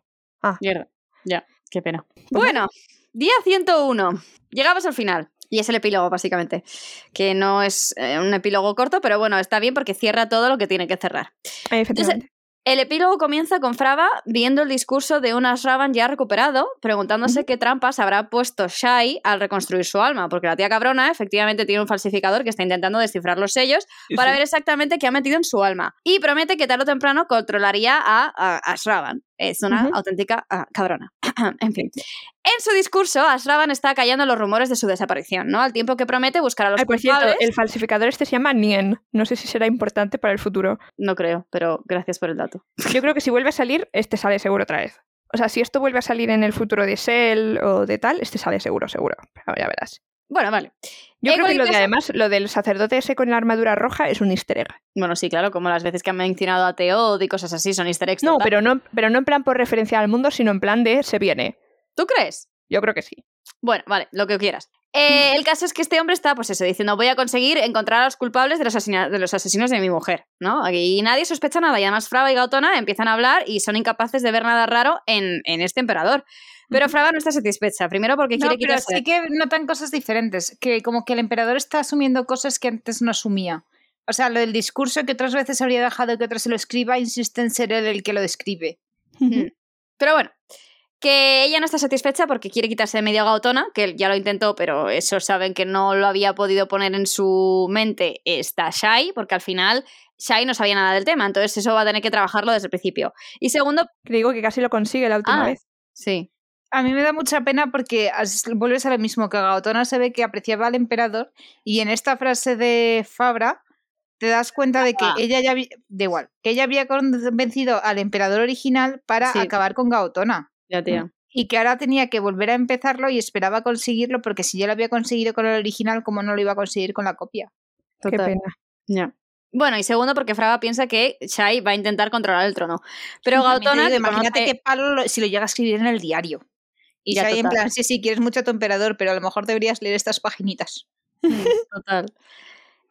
C: Mierda. Ya, qué pena. Bueno, día 101. Llegamos al final. Y es el epílogo, básicamente. Que no es eh, un epílogo corto, pero bueno, está bien porque cierra todo lo que tiene que cerrar.
B: "Eh, efectivamente.
C: El epílogo comienza con Fraba viendo el discurso de un Ashravan ya recuperado, preguntándose qué trampas habrá puesto Shai al reconstruir su alma, porque la tía cabrona efectivamente tiene un falsificador que está intentando descifrar los sellos para ver exactamente qué ha metido en su alma. Y promete que tarde o temprano controlaría a, a Ashravan. Es una
B: Ujú.
C: auténtica ah, cabrona. *clears throat* en fin. En su discurso, Ashravan está callando los rumores de su desaparición, ¿no? Al tiempo que promete buscar a los
B: Ay, por cierto,
C: culpables.
B: el falsificador este se llama Nien. No sé si será importante para el futuro.
C: No creo, pero gracias por el dato.
B: Yo creo que si vuelve a salir, este sale seguro otra vez. O sea, si esto vuelve a salir en el futuro de Shell o de tal, este sale seguro, seguro. Pero ya verás.
C: Bueno, vale.
B: Yo
C: En
B: creo que lo de
C: cualquier Eh, caso-
B: además, lo del sacerdote ese con la armadura roja es un easter egg.
C: Bueno, sí, claro, como las veces que han mencionado a Teod y cosas así, son easter eggs.
B: No,
C: total.
B: pero no, pero no en plan por referencia al mundo, sino en plan de se viene.
C: ¿Tú crees?
B: Yo creo que sí.
C: Bueno, vale, lo que quieras.
A: Mm.
C: Eh, el caso es que este hombre está, pues eso, diciendo, voy a conseguir encontrar a los culpables de los, asesina- de los asesinos de mi mujer, ¿no? Y nadie sospecha nada, y además Fraba y Gautona empiezan a hablar y son incapaces de ver nada raro en, en este emperador. Pero Fraba no está satisfecha, primero porque
A: No,
C: quiere
A: pero
C: quitarse...
A: sí que notan cosas diferentes. Que como que el emperador está asumiendo cosas que antes no asumía. O sea, lo del discurso que otras veces habría dejado que otro se lo escriba, insiste en ser él el que lo describe.
C: Pero bueno, que ella no está satisfecha porque quiere quitarse de medio a Gautona, que ya lo intentó, pero eso saben que no lo había podido poner en su mente, está Shai, porque al final Shai no sabía nada del tema, entonces eso va a tener que trabajarlo desde el principio. Y segundo,
B: Que digo que casi lo consigue la última
C: Ah.
B: vez.
C: sí,
A: A mí me da mucha pena porque as- vuelves a lo mismo que Gautona se ve que apreciaba al emperador y en esta frase de Fabra te das cuenta de que
C: Ah.
A: ella ya había, da igual, que ella había convencido al emperador original para
C: Sí.
A: acabar con Gautona
C: ya tía.
A: y que ahora tenía que volver a empezarlo y esperaba conseguirlo porque si ya lo había conseguido con el original, ¿cómo no lo iba a conseguir con la copia?
B: Qué
C: Total.
B: pena.
C: Ya. Bueno, y segundo, porque Fraga piensa que Shai va a intentar controlar el trono. Pero
A: También te
C: Gautona.
A: digo,
C: que
A: imagínate
C: conoce-
A: qué palo lo- si lo llega a escribir en el diario. Y
C: Ya,
A: si hay en
C: total.
A: plan, sí, sí, quieres mucho a tu emperador, pero a lo mejor deberías leer estas paginitas.
C: Total.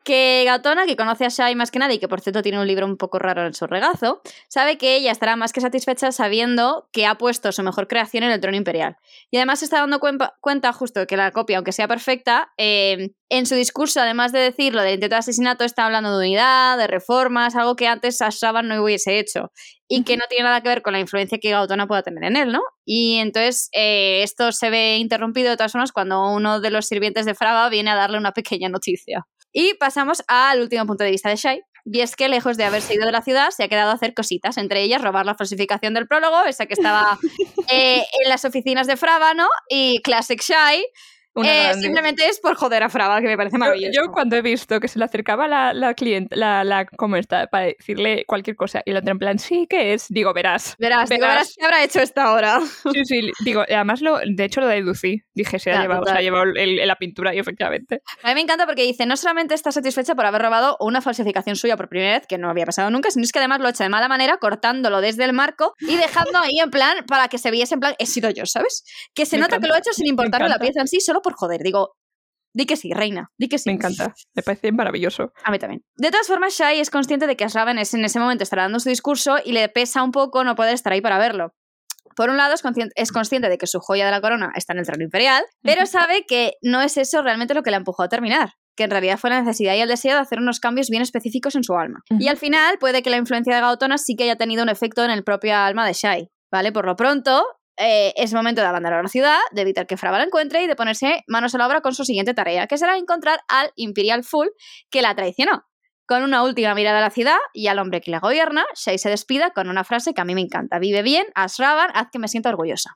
C: que Gatona, que conoce a Shai más que nadie y que por cierto tiene un libro un poco raro en su regazo, sabe que ella estará más que satisfecha sabiendo que ha puesto su mejor creación en el trono imperial. Y además se está dando cuenta, cuenta justo que la copia, aunque sea perfecta, eh, en su discurso, además de decir lo del intento de asesinato, está hablando de unidad, de reformas, algo que antes Ashraban no hubiese hecho y que no tiene nada que ver con la influencia que Gautona pueda tener en él, ¿no? Y entonces eh, esto se ve interrumpido de todas formas cuando uno de los sirvientes de Fraba viene a darle una pequeña noticia. Y pasamos al último punto de vista de Shai. Y es que lejos de haberse ido de la ciudad, se ha quedado a hacer cositas, entre ellas robar la falsificación del prólogo, esa que
B: *laughs*
C: estaba eh, en las oficinas de Fraba, ¿no? Y Classic Shai.
B: Una
C: eh,
B: grande.
C: simplemente es por joder a Fraba, que me parece
B: Yo,
C: maravilloso.
B: yo cuando he visto que se le acercaba la, la cliente, la, la ¿cómo está? para decirle cualquier cosa y la otra en plan, sí, ¿qué es? Digo, verás. *laughs*
C: verás, digo,
B: verás.
C: verás qué habrá hecho esta hora.
B: Sí, sí, digo, además, lo, de hecho lo deducí. Dije, se ha
C: Ya,
B: llevado, se
C: total.
B: ha llevado el- la pintura y efectivamente.
C: A mí me encanta porque dice, no solamente está satisfecha por haber robado una falsificación suya por primera vez, que no había pasado nunca, sino es que además lo echa de mala manera, cortándolo desde el marco y dejando ahí en plan, para que se viese en plan, he sido yo, ¿sabes? Que se
B: Me
C: nota que
B: encanta,
C: lo ha hecho sin importarle la
B: encanta.
C: pieza en sí, solo por joder. Digo, di que sí, reina, di que sí.
B: Me encanta, me parece maravilloso.
C: A mí también. De todas formas, Shai es consciente de que Ashraven es en ese momento estará dando su discurso y le pesa un poco no poder estar ahí para verlo. Por un lado, es conscien- es consciente de que su joya de la corona está en el trono imperial, pero sabe que no es eso realmente lo que la empujó a terminar, que en realidad fue la necesidad y el deseo de hacer unos cambios bien específicos en su alma. Y al final, puede que la influencia de Gautona sí que haya tenido un efecto en el propio alma de Shai, ¿vale? Por lo pronto, eh, es momento de abandonar la ciudad, de evitar que Fraba la encuentre y de ponerse manos a la obra con su siguiente tarea, que será encontrar al Imperial Full que la traicionó. Con una última mirada a la ciudad y al hombre que la gobierna, Shai se despida con una frase que a mí me encanta. Vive bien, Ashraban, haz que me sienta orgullosa.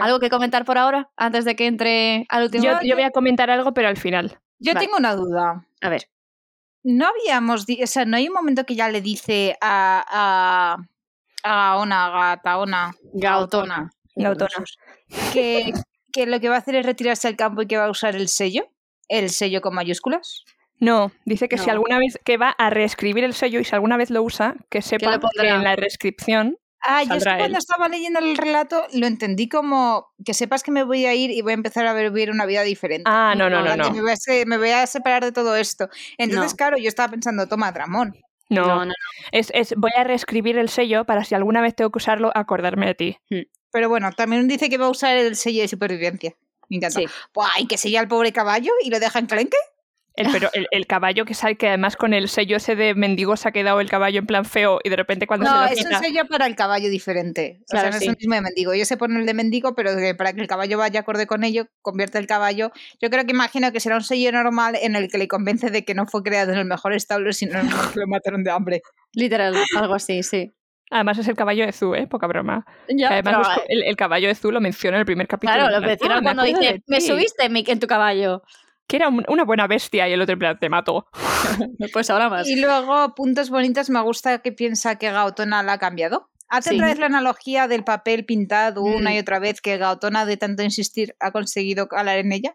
C: ¿Algo que comentar por ahora? Antes de que entre al último...
B: Yo, yo voy a comentar algo, pero al final.
A: Yo
C: Vale.
A: tengo una duda.
C: A ver.
A: No habíamos, di- o sea, no hay un momento que ya le dice a a a una gata, una
C: Gautona.
A: que, que lo que va a hacer es retirarse al campo y que va a usar el sello, el sello con mayúsculas.
B: No, dice que si
C: No.
B: alguna vez, que va a reescribir el sello y si alguna vez lo usa, que sepa que
C: pondrá.
B: en la reescripción
A: Ah, yo es que
B: Saldrá
A: cuando
B: él.
A: estaba leyendo el relato lo entendí como que sepas que me voy a ir y voy a empezar a vivir una vida diferente.
B: Ah, no, no, no,
A: Que
B: no.
A: Me, voy a, se- me voy a separar de todo esto. Entonces,
C: No.
A: claro, yo estaba pensando, toma, Dramón.
B: No,
C: No, no, no.
B: Es, es voy a reescribir el sello para si alguna vez tengo que usarlo, acordarme de ti.
A: Pero bueno, también dice que va a usar el sello de supervivencia. Me encanta.
C: Sí.
A: Buah, ¿Y que sella al pobre caballo y lo deja en clenque?
B: El, pero el, el caballo que sale, que además con el sello ese de mendigo se ha quedado el caballo en plan feo y de repente cuando
A: No,
B: se lo
A: es un
B: quita...
A: sello para el caballo diferente. O sea,
B: Claro,
A: no es
B: sí.
A: el mismo de mendigo. Yo se pone el de mendigo, pero que para que el caballo vaya acorde con ello, convierte el caballo. Yo creo que imagino que será un sello normal en el que le convence de que no fue creado en el mejor establo, sino en el que lo mataron de hambre.
C: Literal, algo así, sí.
B: Además es el caballo de Zu, ¿eh? Poca broma. Que además
C: pero,
B: los co- el, el caballo de Zu lo menciona en el primer capítulo.
C: claro, lo
B: En plan, "Ah,
C: mencionan
B: me
C: cuando
B: acuerdo
C: dice,
B: de
C: me
B: ti".
C: subiste en, mi- en tu caballo.
B: Que era un- una buena bestia y el otro en plan, te mato.
C: Pues ahora más.
A: Y luego, puntos bonitos, me gusta que piensa que Gautona la ha cambiado. Hace
C: Sí.
A: otra vez la analogía del papel pintado una
C: Mm.
A: y otra vez que Gautona de tanto insistir ha conseguido calar en ella.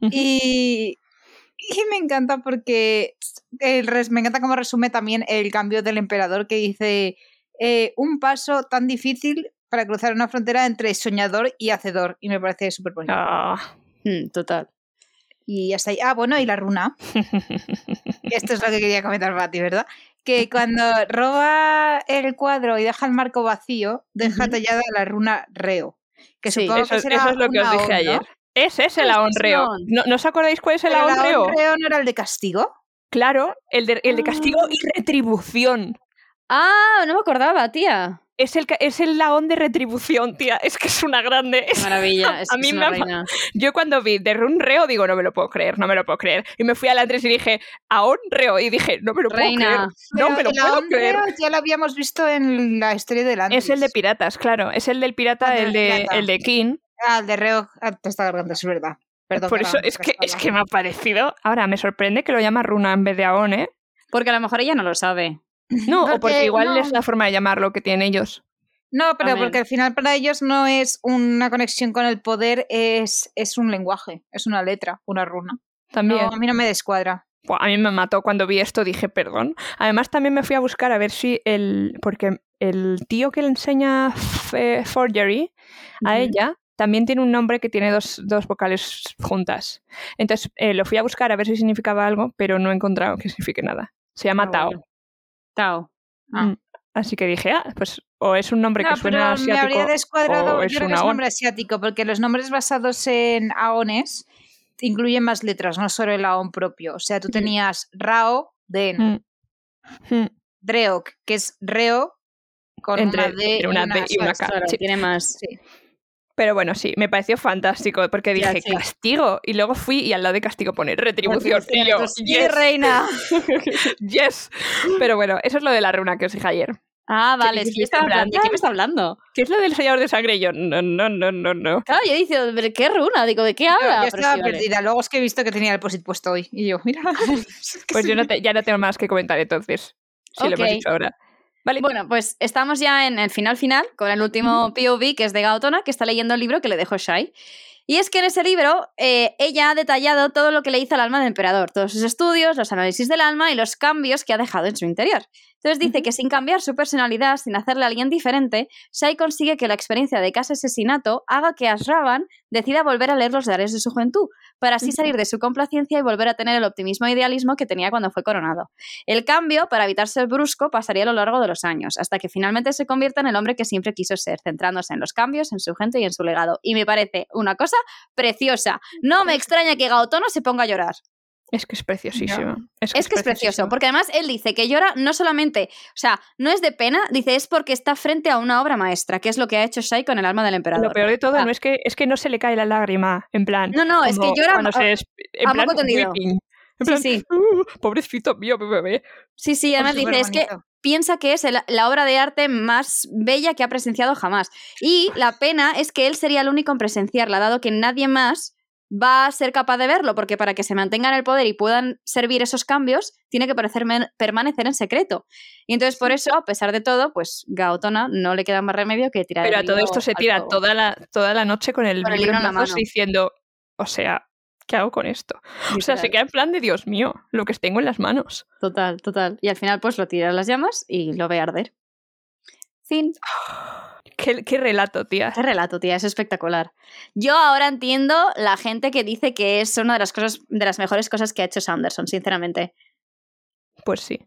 A: Y, y me encanta porque el res- me encanta cómo resume también el cambio del emperador que dice eh, un paso tan difícil para cruzar una frontera entre soñador y hacedor. Y me parece súper bonito.
B: Ah.
C: Mm, total.
A: Y hasta ahí. Ah, bueno, y la runa. Esto es lo que quería comentar para ti, ¿verdad? Que cuando roba el cuadro y deja el marco vacío, deja
C: Ujú.
A: tallada la runa reo. Que
C: Sí,
A: supongo
B: eso,
A: que será
B: eso es lo que
A: una
B: os dije
A: on, ¿no?
B: ayer. Es ese el
C: Es que
B: ahorreo.
C: son-
B: ¿No, ¿No os acordáis cuál es el
A: Pero la
B: ahorreo?
A: on reo no era el de castigo.
B: Claro, el de, el de castigo y retribución.
C: Ah, no me acordaba, tía.
B: Es el, ca- es el laón de retribución, tía. Es que es una grande. Es-
C: *laughs* Maravilla. Es,
B: A
C: que
B: mí
C: es
B: me
C: una
B: ha-
C: reina.
B: Yo cuando vi de un reo digo, no me lo puedo creer, no me lo puedo creer. Y me fui al Andrés y dije, a un reo. Y dije, no me lo
C: Reina.
B: puedo creer. No
A: Pero
B: me lo
A: el
B: puedo
A: on
B: creer.
A: reo ya lo habíamos visto en la historia del Antris.
B: Es el de piratas, claro. Es el del pirata,
A: Ah, del
B: el de,
A: pirata.
B: el de King.
A: Ah, el de reo hasta esta garganta, es verdad. Perdón,
B: Por eso
A: perdón,
B: es que, es
A: estaba-
B: que me ha parecido. Ahora, me sorprende que lo llama runa en vez de aón, ¿eh?
C: Porque a lo mejor ella no lo sabe.
A: *laughs*
B: No, o porque
A: Porque
B: igual
A: no.
B: es la forma de llamarlo que tienen ellos.
A: No, pero
C: Amén.
A: porque al final para ellos no es una conexión con el poder, es, es un lenguaje, es una letra, una runa.
B: También.
A: No, a mí no me descuadra.
B: Buah, a mí me mató cuando vi esto, dije perdón. Además, también me fui a buscar a ver si el. Porque el tío que le enseña f- eh, Forgery a
C: Ujú.
B: ella también tiene un nombre que tiene dos, dos vocales juntas. Entonces eh, lo fui a buscar a ver si significaba algo, pero no he encontrado que signifique nada. Se llama
C: Ah,
B: Tao.
C: bueno. Tao.
B: Mm. Así que dije, ah, pues o es un nombre
A: No,
B: que suena
A: pero me
B: asiático.
A: habría descuadrado,
B: o
A: yo
B: es
A: creo que
B: un
A: es
B: aon.
A: nombre asiático, porque los nombres basados en aones incluyen más letras, no solo el aon propio. O sea, tú tenías Rao, Den,
B: Mm. Mm.
A: Dreok, que es Reo, con
B: Entre-
A: una D y
B: entre una
A: una
B: D y una K.
C: Claro,
B: sí.
C: tiene más.
B: Pero bueno, sí, me pareció fantástico porque
C: Ya,
B: dije
C: sí.
B: castigo y luego fui y al lado de castigo pone retribución. Y yo,
C: Entonces, Pues ¡sí,
B: yes,
C: reina! *gasps*
B: yes. Pero bueno, eso es lo de la runa que os dije ayer.
C: Ah, vale,
B: Sí,
C: es que yo estaba en
B: en plan,
C: plan, ¿de qué me está hablando?
B: ¿Qué es lo del sellador de sangre? Y yo, no, no, no, no, no.
C: Claro, yo dije, ¿pero qué runa? Digo, ¿de qué
A: Yo,
B: Ah,
C: habla?
A: yo
C: Pero
A: estaba
C: sí, vale.
A: perdida, luego es que he visto que tenía el posit puesto hoy. Y yo,
B: *laughs*
A: mira. *laughs*
B: Pues yo no te- ya no tengo más que comentar entonces. Si lo
C: Ok.
B: hemos dicho ahora. Vale,
C: Bueno, pues estamos ya en el final final con el último POV que es de Gautona, que está leyendo el libro que le dejó Shai. Y es que en ese libro eh, ella ha detallado todo lo que le hizo al alma del emperador, todos sus estudios, los análisis del alma y los cambios que ha dejado en su interior. Entonces dice que sin cambiar su personalidad, sin hacerle a alguien diferente, Shai consigue que la experiencia de casa asesinato haga que Ashravan decida volver a leer los diarios de su juventud, para así salir de su complacencia y volver a tener el optimismo e idealismo que tenía cuando fue coronado. El cambio, para evitar ser brusco, pasaría a lo largo de los años, hasta que finalmente se convierta en el hombre que siempre quiso ser, centrándose en los cambios, en su gente y en su legado. Y me parece una cosa preciosa. No me extraña que Gaotono se ponga a llorar.
B: es que es preciosísimo.
C: Es que es precioso,
B: preciosísimo.
C: porque además él dice que llora no solamente, o sea, no es de pena, dice es porque está frente a una obra maestra, que es lo que ha hecho Shai con el alma del
B: Lo
C: emperador.
B: peor de todo
C: Ah.
B: no es que es que no se le cae la lágrima, en plan.
C: No, no, es que
B: como
C: llora. ah,
B: cuando se es- en
C: a
B: plan
C: moco tendido.
B: weeping. En
C: Sí,
B: plan,
C: sí,
B: "Uh, pobrecito mío, mi bebé.
C: sí, sí,
B: *laughs*
C: además dice, es que piensa que es el- la obra de arte más bella que ha presenciado jamás. Y la pena es que él sería el único en presenciarla, dado que nadie más va a ser capaz de verlo, porque para que se mantengan el poder y puedan servir esos cambios, tiene que parecer men- permanecer en secreto. Y entonces por eso, a pesar de todo, pues Gaotona no le queda más remedio que tirar el
B: Pero a todo
C: libro
B: esto se
C: al
B: tira
C: fuego.
B: toda la, toda la noche con el,
C: Con el
B: libro en
C: libro en la
B: brazos
C: mano.
B: diciendo, o sea, ¿qué hago con esto? O sea, se
C: Literal.
B: queda en plan de Dios mío, lo que tengo en las manos.
C: Total, total. Y al final pues lo tira a las llamas y lo ve arder. Fin.
B: Qué, qué relato, tía.
C: Qué relato, tía, es espectacular. Yo ahora entiendo la gente que dice que es una de las cosas, de las mejores cosas que ha hecho Sanderson, sinceramente.
B: Pues sí.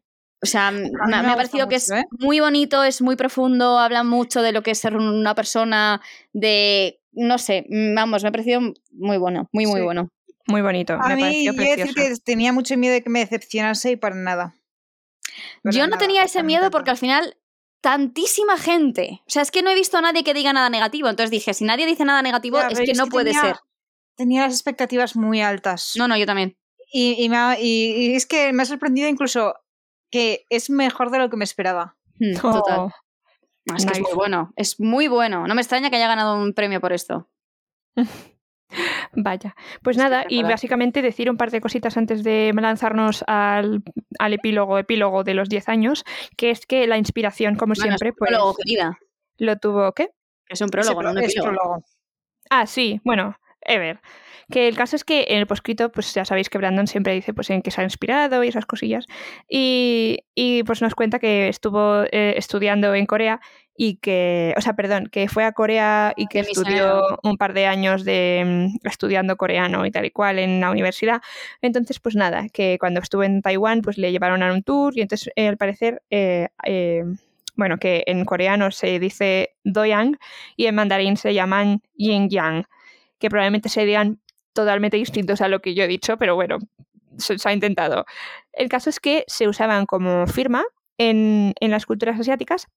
C: O sea, me,
A: me
C: me ha
A: gusta
C: parecido que es
A: mucho, ¿eh?
C: muy bonito, es muy profundo, habla mucho de lo que es ser una persona, de, no sé, mm, vamos, me ha parecido muy bueno, muy, muy
A: Sí.
C: bueno.
B: Muy bonito.
A: A
B: me
A: mí, yo
B: pareció
A: he de decir
B: precioso.
A: que tenía mucho miedo de que me decepcionase y para nada. Para
C: Yo no
A: nada,
C: tenía ese
A: para
C: miedo
A: nada.
C: porque al final tantísima gente, o sea, es que no he visto a nadie que diga nada negativo, entonces dije, si nadie dice nada negativo,
A: Ya,
C: es
A: pero
C: que no puede
A: tenía-
C: ser.
A: Tenía las expectativas muy altas.
C: No, no, yo también.
A: Y, y me ha- y- y es que me ha sorprendido incluso que es mejor de lo que me esperaba. *laughs*
C: Mm, Total.
B: Oh.
C: Ah, Es que es
B: Nice.
C: muy bueno, es muy bueno. No me extraña que haya ganado un premio por esto.
B: Vaya. Pues nada, y
C: Espectacular.
B: básicamente decir un par de cositas antes de lanzarnos al, al epílogo, epílogo de los 10 años, que es que la inspiración, como
C: Bueno,
B: siempre,
C: es un
B: pues
C: prólogo, querida.
B: lo tuvo, ¿qué?
C: Que es un
A: Ese
C: prólogo, no un
A: pro- es
C: epílogo.
A: prólogo.
B: Ah, sí, bueno, Ever. Que el caso es que en el poscrito, pues ya sabéis que Brandon siempre dice pues en qué se ha inspirado y esas cosillas. Y, y, pues nos cuenta que estuvo eh, estudiando en Corea y que, o sea, perdón, que fue a Corea y que
C: de
B: estudió
C: misionero.
B: un par de años de mm, estudiando coreano y tal y cual en la universidad. Entonces, pues nada, que cuando estuvo en Taiwán, pues le llevaron a un tour y entonces, eh, al parecer, eh, eh, bueno, que en coreano se dice doyang y en mandarín se llaman yin yang, que probablemente serían totalmente distintos a lo que yo he dicho, pero bueno, se, se ha intentado. El caso es que se usaban como firma en, en las culturas asiáticas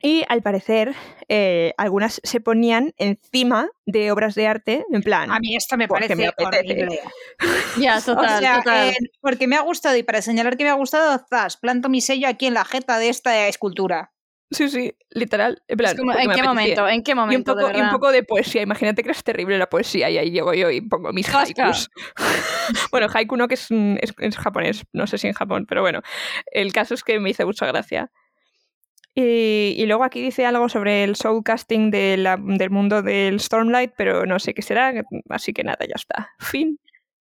B: y al parecer eh, algunas se ponían encima de obras de arte, en plan,
A: A mí esto me
C: pues
B: Porque
A: parece
B: me apetece.
A: horrible.
C: *laughs* Ya,
A: *laughs*
C: total,
A: o sea,
C: total.
A: eh, porque me ha gustado y para señalar que me ha gustado, zas, planto mi sello aquí en la jeta de esta escultura.
B: sí, sí, literal, en plan,
C: Es como,
B: porque
C: ¿En
B: me
C: qué
B: apetecía.
C: momento? ¿En qué
B: Y un,
C: momento? de
B: poco, y un
C: verdad?
B: poco de poesía, imagínate que eres terrible la poesía y ahí llego yo y pongo mis
C: Zasca.
B: haikus. *laughs* bueno, haiku no, que es, mm, es- es japonés, no sé si en Japón, pero bueno, el caso es que me hizo mucha gracia. Y, y luego aquí dice algo sobre el showcasting de la- del mundo del Stormlight, pero no sé qué será, así que nada, ya está. Fin.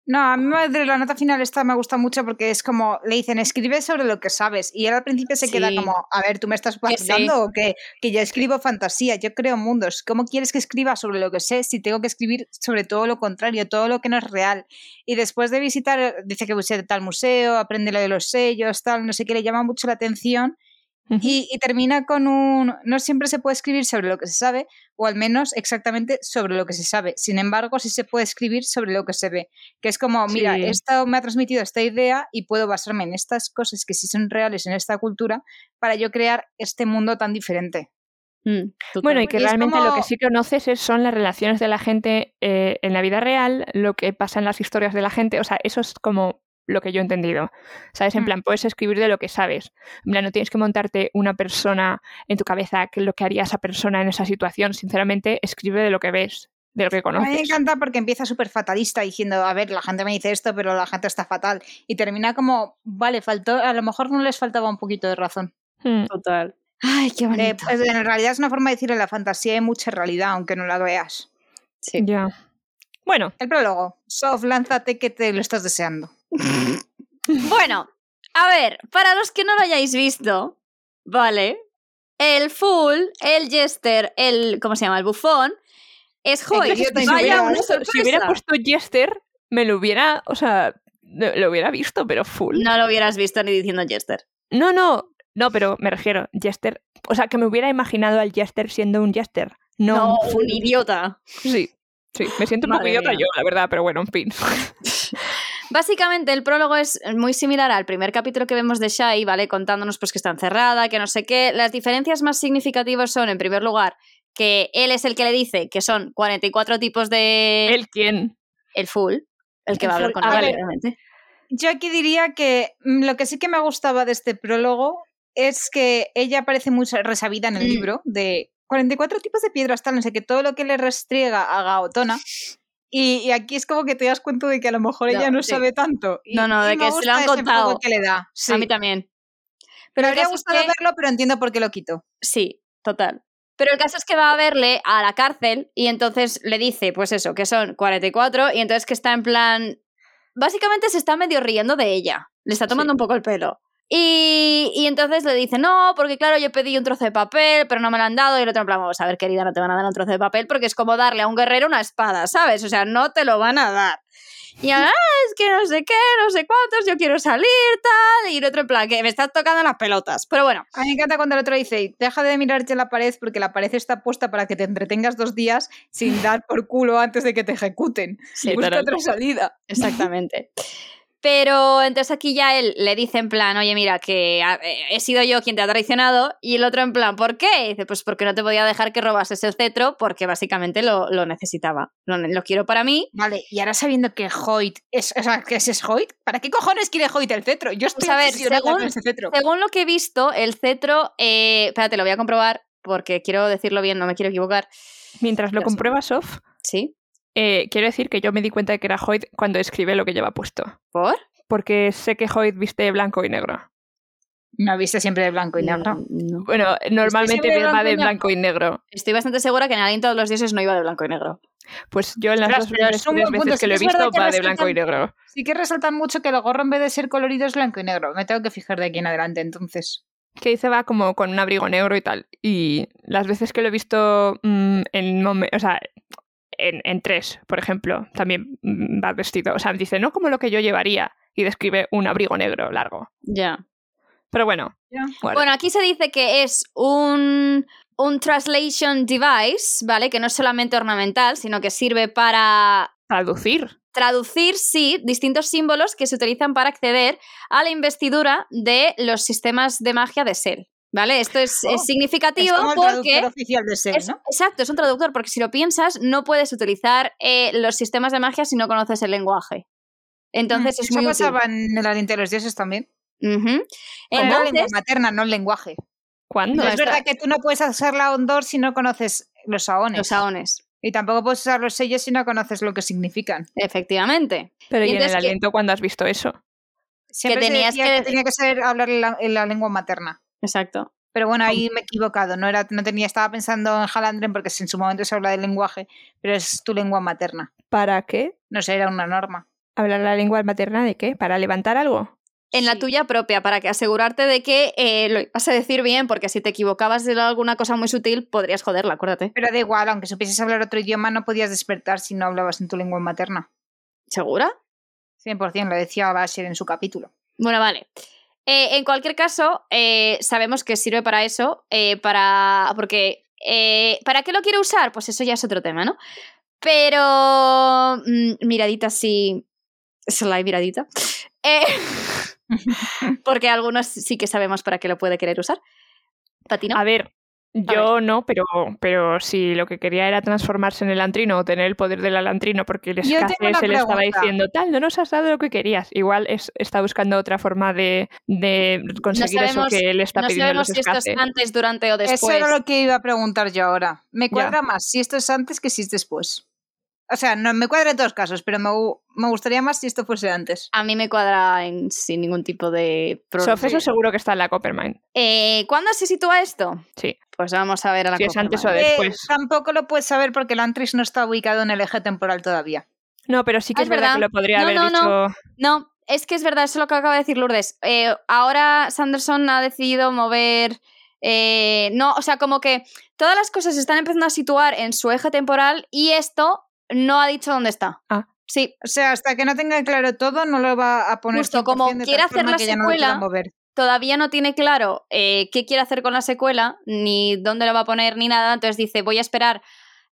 A: No, a mi madre la nota final esta me gusta mucho porque es como, le dicen, escribe sobre lo que sabes. Y él al principio se queda
C: Sí.
A: como, a ver, ¿tú me estás vacilando o qué? Que yo escribo fantasía, yo creo mundos. ¿Cómo quieres que escriba sobre lo que sé si tengo que escribir sobre todo lo contrario, todo lo que no es real? Y después de visitar, dice que visita tal museo, aprende lo de los sellos, tal, no sé qué, le llama mucho la atención.
B: Ujú.
A: Y, y termina con un... No siempre se puede escribir sobre lo que se sabe, o al menos exactamente sobre lo que se sabe. Sin embargo, sí se puede escribir sobre lo que se ve. Que es como, mira,
B: Sí.
A: esto me ha transmitido esta idea y puedo basarme en estas cosas que sí son reales en esta cultura para yo crear este mundo tan diferente.
C: Mm,
B: Bueno, y
C: total.
A: Y
B: que
A: es
B: realmente lo que
A: como-
B: sí conoces es- son las relaciones de la gente eh, en la vida real, lo que pasa en las historias de la gente, o sea, eso es como lo que yo he entendido. ¿Sabes? En
A: Mm.
B: plan, puedes escribir de lo que sabes. En plan, no tienes que montarte una persona en tu cabeza, que lo que haría esa persona en esa situación. Sinceramente, escribe de lo que ves, de lo que
A: A mí me
B: conoces.
A: encanta porque empieza súper fatalista diciendo, a ver, la gente me dice esto, pero la gente está fatal. Y termina como, vale, faltó, a lo mejor no les faltaba un poquito de razón.
B: Hmm.
C: Total. Ay, qué
A: Eh,
C: bonito.
A: pues, en realidad es una forma de decir, en la fantasía hay mucha realidad, aunque no la veas.
C: Sí.
B: Ya. Bueno,
A: El prólogo. Sof, lánzate que te lo estás deseando.
C: *laughs* Bueno, a ver, para los que no lo hayáis visto, ¿vale? El full, el jester, el. ¿Cómo se llama? El bufón. Es Joy.
A: idiota
C: Vaya
A: insuperable.
C: una
A: Si
C: sorpresa.
B: si hubiera puesto Jester, me lo hubiera, o sea, lo lo hubiera visto, pero full.
C: No lo hubieras visto ni diciendo jester.
B: No, no, no, pero me refiero, Jester. O sea, que me hubiera imaginado al Jester siendo un Jester. No,
C: No,
B: un full.
C: un idiota.
B: Sí, sí, me siento un poco
C: Madre
B: idiota
C: mía.
B: yo, la verdad, pero bueno, en fin.
C: Básicamente, el prólogo es muy similar al primer capítulo que vemos de Shai, ¿vale? Contándonos pues que está encerrada, que no sé qué. Las diferencias más significativas son, en primer lugar, que él es el que le dice que son 44 tipos de.
B: ¿El quién?
C: el full, el que
A: El
C: va a hablar
A: full.
C: con
A: Ah,
C: él,
A: vale.
C: obviamente.
A: Yo aquí diría que mm, lo que sí que me gustaba de este prólogo es que ella parece muy sa- resabida en el
C: Mm.
A: libro de 44 tipos de piedras, tal, no sé, que todo lo que le restriega a Gaotona. Y, y aquí es como que te das cuenta de que a lo mejor ella
C: No,
A: no
C: sí.
A: sabe tanto. Y-
C: No, no, de
A: y me
C: que se lo han
A: gusta ese poco
C: contado.
A: que le da. Sí.
C: A mí también.
A: me
C: Pero el
A: habría
C: caso es
A: gustado
C: que-
A: verlo, pero entiendo por qué lo quito.
C: Sí, total. Pero el caso es que va a verle a la cárcel y entonces le dice, pues eso, que son 44 y entonces que está en plan... Básicamente se está medio riendo de ella, le está tomando un poco el pelo. Y, y entonces le dice, no, porque claro, yo pedí un trozo de papel, pero no me lo han dado. Y el otro en plan, vamos a ver, querida, no te van a dar un trozo de papel porque es como darle a un guerrero una espada, ¿sabes? O sea, no te lo van a dar. *laughs* Y ahora, "Ah, es que no sé qué, no sé cuántos, yo quiero salir, tal. Y el otro en plan, que me estás tocando las pelotas. Pero bueno,
A: A mí me encanta cuando el otro dice, deja de mirarte la pared porque la pared está puesta para que te entretengas dos días
C: *laughs*
A: sin dar por culo antes de que te ejecuten.
C: sí,
A: Busca otra salida.
C: *laughs* Exactamente. Pero entonces aquí ya él le dice en plan, oye, mira, que ha- eh, he sido yo quien te ha traicionado. Y el otro en plan, ¿por qué? Y dice, pues porque no te podía dejar que robases el cetro porque básicamente lo, lo necesitaba. Lo, ne- lo quiero para mí.
A: Vale, y ahora sabiendo que Hoyt es, o sea, que ese es Hoyt, ¿para qué cojones quiere Hoyt el cetro? Yo estoy
C: Pues a ver,
A: obsesionada
C: según-
A: con ese cetro.
C: Según lo que he visto, el cetro... eh, espérate, lo voy a comprobar porque quiero decirlo bien, no me quiero equivocar.
B: Mientras lo
C: Gracias.
B: comprueba Sof,
C: ¿Sí?
B: eh, quiero decir que yo me di cuenta de que era Hoyt cuando escribe lo que lleva puesto.
C: ¿Por?
B: Porque sé que Hoyt viste blanco y negro.
A: No viste siempre de blanco y negro.
C: Pues No.
B: Bueno, normalmente
A: siempre de
B: va de
A: blanco
B: blanco y negro.
C: Estoy bastante segura que en Alien todos los dioses no iba de blanco y negro.
B: Pues yo en las
A: Ostras,
B: dos
A: pero es un
B: tres
A: buen
B: veces
A: punto.
B: que
A: Sí
B: lo
A: que
B: he
A: es verdad
B: visto
A: que
B: va
A: los
B: de blanco y
A: tratan-
B: negro.
A: Sí que resaltan mucho que el gorro en vez de ser colorido es blanco y negro. Me tengo que fijar de aquí en adelante entonces.
B: que dice va como con un abrigo negro y tal. Y las veces que lo he visto mm, en, momen- o sea, en, en tres, por ejemplo, también mm, va vestido. O sea, dice, no como lo que yo llevaría. Y describe un abrigo negro largo.
C: Ya.
B: Pero bueno.
A: Ya.
B: guarda.
C: Bueno, aquí se dice que es un, un translation device, ¿vale? Que no es solamente ornamental, sino que sirve para
B: Traducir.
C: traducir, sí, distintos símbolos que se utilizan para acceder a la investidura de los sistemas de magia de Sel, ¿vale? Esto es,
A: Oh,
C: es significativo
A: es como el
C: porque...
A: traductor oficial de Sel,
C: es-
A: ¿no?
C: Exacto, es un traductor, porque si lo piensas, no puedes utilizar eh, los sistemas de magia si no conoces el lenguaje. Entonces
A: Mm,
C: es
A: Eso
C: muy útil.
A: pasaba en el Aliento de los Dioses también.
C: Ujú.
A: Como la lengua
C: Entonces,
A: materna, no el lenguaje.
B: ¿Cuándo?
C: No,
A: es
C: está-
A: verdad que tú no puedes usar la Ondor si no conoces los saones.
C: los aones,
A: Y tampoco puedes usar los sellos si no conoces lo que significan.
C: efectivamente.
B: Pero
C: y
B: ¿y en el
C: entonces que-
B: aliento cuándo has visto eso?
A: Siempre
C: tenías
A: se decía
C: que-
A: que... tenía que saber hablar la, en la lengua materna.
C: Exacto.
A: Pero bueno, ahí me he equivocado. No, era, no tenía, estaba pensando en Halandren porque en su momento se habla de lenguaje, pero es tu lengua materna.
B: ¿Para qué?
A: No sé, era una norma.
B: ¿Hablar la lengua materna de qué? ¿Para levantar algo?
C: En la
A: Sí.
C: tuya propia, para que asegurarte de que eh, lo ibas a decir bien, porque si te equivocabas de alguna cosa muy sutil, podrías joderla, acuérdate.
A: Pero da igual, aunque supieses hablar otro idioma, no podías despertar si no hablabas en tu lengua materna.
C: ¿Segura?
A: 100%, lo decía Basher en su capítulo.
C: Bueno, vale. Eh, en cualquier caso, eh, sabemos que sirve para eso, eh, para. Porque. eh, ¿Para qué lo quiero usar? Pues eso ya es otro tema, ¿no? Pero. mm, miradita sí. Sly miradita. *laughs* Eh, porque algunos sí que sabemos para qué lo puede querer usar. Patino.
B: A ver, yo no, pero, pero si lo que quería era transformarse en el antrino o tener el poder del alantrino porque el
A: Yo tengo
B: escasez
A: una
B: se le estaba
A: pregunta.
B: diciendo tal, no nos has dado lo que querías. Igual es, está buscando otra forma de, de conseguir
C: sabemos-
B: eso que él está
C: no
B: pidiendo
C: sabemos
B: los
C: si esto es
B: escases.
C: antes, durante o
A: Eso
C: después.
A: era lo que iba a preguntar yo ahora. Me
B: Ya.
A: cuadra más si esto es antes que si es después. O sea, no, me cuadra en todos casos, pero me, gu- me gustaría más si esto fuese antes.
C: A mí me cuadra en- sin ningún tipo de problema.
B: Sof, eso seguro que está en la Coppermine.
C: Eh, ¿Cuándo se sitúa esto?
B: Sí.
C: Pues vamos a ver pues. a la
B: Si es
C: Coppermine.
B: antes o
A: Eh,
B: después.
A: tampoco lo puedes saber porque el Antris no está ubicado en el eje temporal todavía.
B: No, pero sí que
C: Ah,
B: es
C: es
B: verdad, que
C: verdad.
B: lo podría
C: No,
B: haber
C: no,
B: dicho.
C: no. No, es que es verdad, eso es lo que acaba de decir Lourdes. Eh, ahora Sanderson ha decidido mover. eh, no, o sea, como que todas las cosas se están empezando a situar en su eje temporal y esto no ha dicho dónde está.
B: Ah.
C: Sí,
A: O sea, hasta que no tenga claro todo, no lo va a poner.
C: Justo, como
A: 100% de tal
C: quiere hacer
A: forma
C: la
A: que ya no lo
C: secuela,
A: pueda mover.
C: todavía no tiene claro eh, qué quiere hacer con la secuela, ni dónde la va a poner, ni nada. Entonces dice, voy a esperar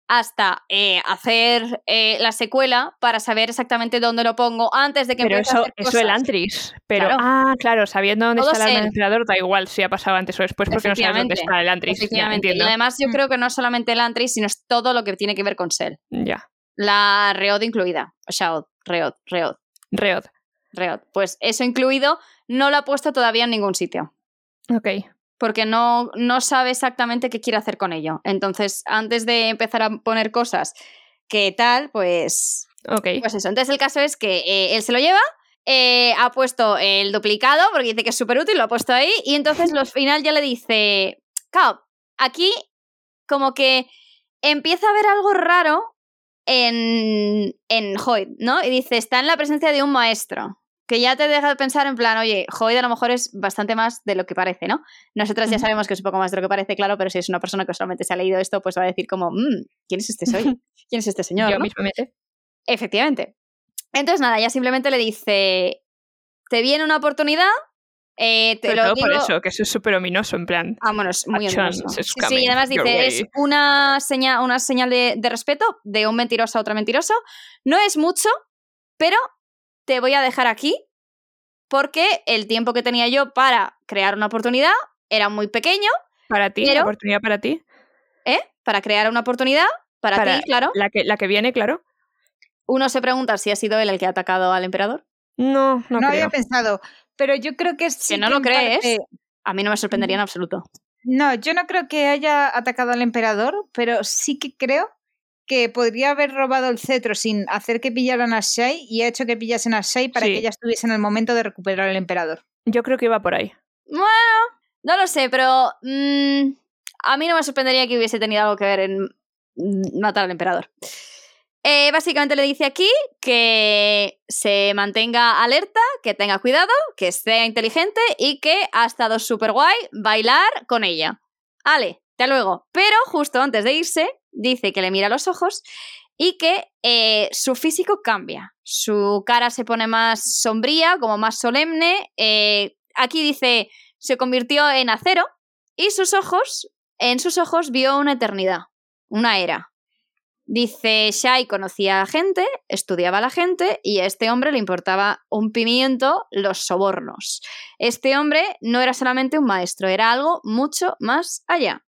C: hasta eh, hacer eh, la secuela para saber exactamente dónde lo pongo antes de que
B: Pero
C: empiece a
B: eso,
C: hacer
B: eso el
C: cosas.
B: Antris. Pero,
C: Claro.
B: ah, claro, sabiendo dónde
C: Todo
B: está el
C: es
B: alma
C: él.
B: del creador, da igual si ha pasado antes o después, porque no sabes dónde
C: Efectivamente,
B: está el Antris. Ya,
C: Efectivamente. Y
B: entiendo.
C: además yo
A: Mm.
C: creo que no es solamente el Antris, sino es todo lo que tiene que ver con Sel.
B: Ya.
C: La Reod incluida. O sea, Od, Reod, Reod,
B: Reod.
C: Reod. Pues eso incluido no lo ha puesto todavía en ningún sitio.
B: Ok.
C: Porque no, no sabe exactamente qué quiere hacer con ello. Entonces, antes de empezar a poner cosas que tal, pues.
B: Ok.
C: Pues eso. Entonces el caso es que eh, él se lo lleva. eh, ha puesto el duplicado porque dice que es súper útil, lo ha puesto ahí. Y
B: *laughs*
C: entonces al final ya le dice, Cao, aquí como que empieza a haber algo raro en, en Hoyt, ¿no? Y dice, está en la presencia de un maestro. Que ya te deja de pensar en plan, oye, Hoyt a lo mejor es bastante más de lo que parece, ¿no? Nosotras ya sabemos que es un poco más de lo que parece, claro, pero si es una persona que solamente se ha leído esto, pues va a decir como, "Mm, ¿quién es
B: *laughs*
C: este soy? ¿Quién es este señor?
B: Yo
C: ¿no?
B: mismamente.
C: Efectivamente. Entonces, nada, ya simplemente le dice: Te viene una oportunidad, eh, te
B: Sobre
C: lo
B: todo
C: digo.
B: por eso, que eso es súper ominoso, en plan.
C: Ah, bueno, es muy
B: A chance
C: odioso.
B: is
C: Sí, sí,
B: coming
C: y además
B: your
C: dice, es
B: way.
C: una señal, una señal de, de respeto de un mentiroso a otro mentiroso. No es mucho, pero te voy a dejar aquí porque el tiempo que tenía yo para crear una oportunidad era muy pequeño,
B: Para ti, la
C: Pero-
B: oportunidad para ti.
C: ¿eh? Para crear una oportunidad, para,
B: Para-
C: ti, claro.
B: La que, la que viene, claro.
C: Uno se pregunta si ha sido él el que ha atacado al emperador.
B: No, no,
A: No,
B: creo.
A: había pensado, pero yo creo que sí
C: no lo
A: en
C: crees.
A: parte-
C: A mí no me
B: Mm.
C: sorprendería en absoluto.
A: No, yo no creo que haya atacado al emperador, pero sí que creo que podría haber robado el cetro sin hacer que pillaran a Shai y ha hecho que pillasen a Shai para
B: Sí.
A: que ella estuviese en el momento de recuperar al emperador.
B: Yo creo que iba por ahí.
C: Bueno, no lo sé, pero mm, a mí no me sorprendería que hubiese tenido algo que ver en mm, matar al emperador. Eh, básicamente le dice aquí que se mantenga alerta, que tenga cuidado, que sea inteligente y que ha estado súper guay bailar con ella. Ale, hasta luego. Pero justo antes de irse, dice que le mira a los ojos y que eh, su físico cambia. Su cara se pone más sombría, como más solemne. eh, aquí dice, se convirtió en acero y sus ojos, en sus ojos vio una eternidad, una era. Dice, Shai conocía a gente, estudiaba a la gente y a este hombre le importaba un pimiento los sobornos. Este hombre no era solamente un maestro, era algo mucho más allá.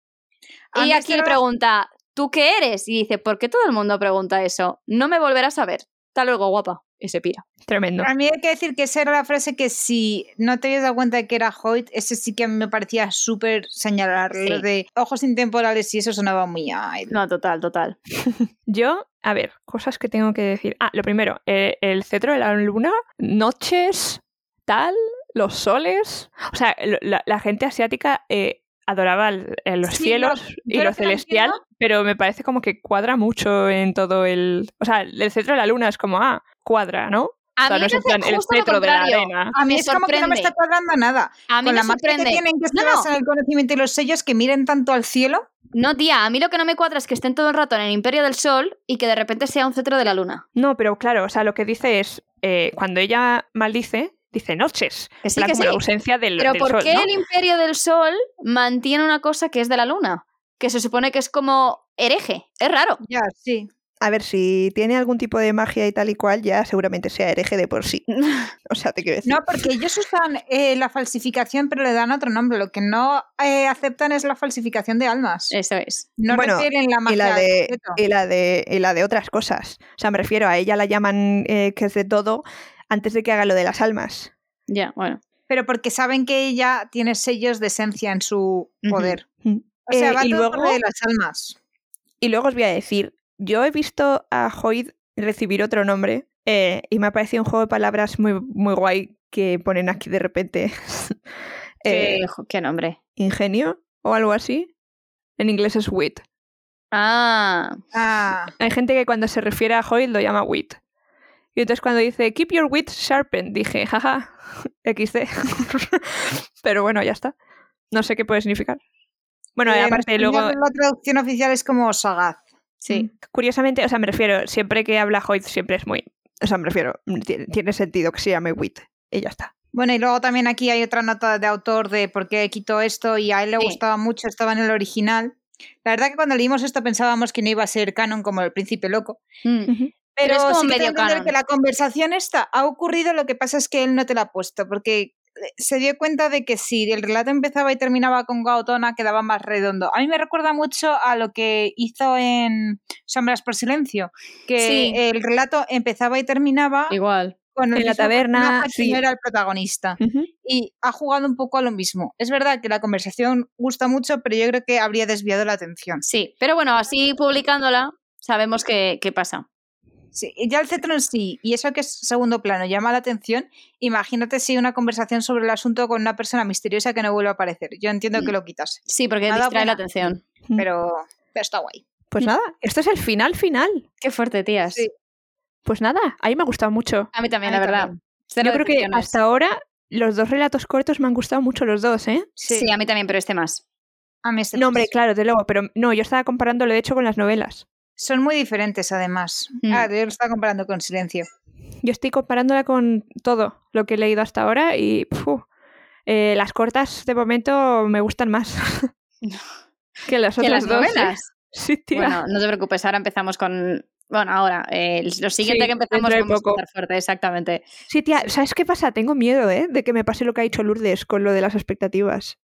C: Y
A: Antes
C: aquí
A: era-
C: pregunta, ¿tú qué eres? Y dice, ¿por qué todo el mundo pregunta eso? No me volverás a ver. Hasta luego, guapa. Y se pira.
B: Tremendo.
A: A mí hay que decir que esa era la frase que si no te habías dado cuenta de que era Hoyt, ese sí que a mí me parecía súper señalar lo
C: Sí.
A: de ojos intemporales y eso sonaba muy a él.
C: No, total, total.
B: Yo, a ver, cosas que tengo que decir. Ah, lo primero, eh, el cetro de la luna, noches, tal, los soles. O sea, lo- la, la gente asiática eh, adoraba el- eh, los
A: Sí,
B: cielos
A: yo
B: y
A: lo
B: lo
A: que no
B: celestial, pero me parece como que cuadra mucho en todo el. O sea, el cetro de la luna es como, ah, cuadra, ¿no?
C: A
E: sea,
C: mí
E: no
C: me
E: es en
C: hace
E: plan el
C: justo lo
E: cetro de la
C: contrario.
E: arena.
A: A mí
C: Me
A: es como que no me
C: sorprende.
A: está cuadrando nada.
C: A mí
A: Con la
C: me
A: marca que
C: sorprende.
A: tienen que
C: No,
A: se basan
C: no.
A: en el conocimiento y los sellos que miren tanto al cielo.
C: No, tía, a mí lo que no me cuadra es que estén todo el rato en el Imperio del Sol y que de repente sea un cetro de la luna.
E: No, pero claro, o sea, lo que dice es, eh, cuando ella maldice, dice noches.
C: Que sí,
E: plan,
C: que
E: como
C: sí.
E: la ausencia del,
C: Pero
E: del
C: ¿por
E: sol,
C: qué
E: ¿no?
C: el Imperio del Sol mantiene una cosa que es de la luna? Que se supone que es como hereje. Es raro.
A: Ya, sí.
B: A ver, si tiene algún tipo de magia y tal y cual, ya seguramente sea hereje
E: *laughs*
B: de por sí. O sea, te quiero decir.
A: No, porque ellos usan eh, la falsificación, pero le dan otro nombre. Lo que no eh, aceptan es la falsificación de almas.
C: Eso es.
A: No
B: Eh, Bueno,
A: refieren la magia.
B: y la,
A: al
B: de, eh,
A: objeto.
B: y la de y la de otras cosas. O sea, me refiero a ella la llaman eh, que es de todo antes de que haga lo de las almas.
C: Ya, bueno.
A: Pero porque saben que ella tiene sellos de esencia en su
C: Ujú.
A: poder.
B: Mm.
A: O sea,
B: Eh,
A: va
B: y
A: todo por lo
B: luego-
A: de las almas.
B: Y luego os voy a decir, yo he visto a Hoid recibir otro nombre eh, y me ha parecido un juego de palabras muy, muy guay que ponen aquí de repente. *laughs* Eh,
C: Qué- qué nombre.
B: ingenio o algo así. En inglés es wit.
C: Ah,
A: Ah,
B: Hay gente que cuando se refiere a Hoyt lo llama wit. Y entonces cuando dice keep your wit sharpened, dije, jaja, *laughs* XD. Pero bueno, ya está. No sé qué puede significar. Bueno,
A: eh, en
B: aparte
A: español
B: luego,
A: La traducción oficial es como sagaz.
C: sí.
B: curiosamente, o sea, me refiero, siempre que habla Hoyt siempre es muy, o sea, me refiero, tiene, tiene sentido que se llame wit y ya está.
A: Bueno, y luego también aquí hay otra nota de autor de por qué quitó esto y a él le
C: Sí.
A: gustaba mucho, estaba en el original. La verdad que cuando leímos esto pensábamos que no iba a ser canon como el príncipe loco.
C: Mm. Pero
A: Pero,
C: es como
A: sí que te
C: medio
A: entender
C: canon.
A: que la conversación esta ha ocurrido, lo que pasa es que él no te la ha puesto, porque eh, se dio cuenta de que si el relato empezaba y terminaba con Gautona, quedaba más redondo. A mí me recuerda mucho a lo que hizo en Sombras por Silencio, que
C: Sí.
A: el relato empezaba y terminaba
C: Igual.
A: con el
B: En la
A: mismo
B: taberna,
A: personaje que
B: sí.
A: no era el protagonista.
B: Ujú.
A: Y ha jugado un poco a lo mismo. Es verdad que la conversación gusta mucho, pero yo creo que habría desviado la atención.
C: Sí, pero bueno, así publicándola sabemos qué, qué pasa.
A: Sí, y ya el cetro en sí, y eso que es segundo plano, llama la atención. Imagínate si una conversación sobre el asunto con una persona misteriosa que no vuelve a aparecer. Yo entiendo que lo quitase,
C: Sí, porque
A: Nada
C: distrae
A: buena.
C: la atención.
A: pero, pero está guay.
B: Pues nada, esto es el final final.
C: Qué fuerte, tías.
A: Sí.
B: Pues nada, a mí me ha gustado mucho.
C: A mí también,
A: A
C: la
A: mí
C: verdad.
A: también.
C: Cero
B: Yo creo que
C: decepciones.
B: hasta ahora los dos relatos cortos me han gustado mucho los dos, ¿eh?
C: Sí. a mí también, pero este más.
A: a mí este
B: No, hombre,
A: pues.
B: claro, de luego, pero no, yo estaba comparándolo de hecho con las novelas.
A: Son muy diferentes, además.
C: Mm.
A: Ah, yo lo estaba comparando con Silencio.
B: Yo estoy comparándola con todo lo que he leído hasta ahora y pfu, eh, las cortas de momento me gustan
C: *laughs*
B: más que las
C: ¿Que
B: otras
C: las
B: dos. ¿eh?
C: novelas?
B: *laughs* Sí, tía.
C: Bueno, no te preocupes, ahora empezamos con... Bueno, ahora, eh, lo siguiente
B: Sí,
C: que empezamos
B: dentro de
C: vamos a
B: poco.
C: empezar fuerte, exactamente.
B: Sí, tía, ¿sabes qué pasa? Tengo miedo, ¿eh? De que me pase lo que ha dicho Lourdes con lo de las expectativas.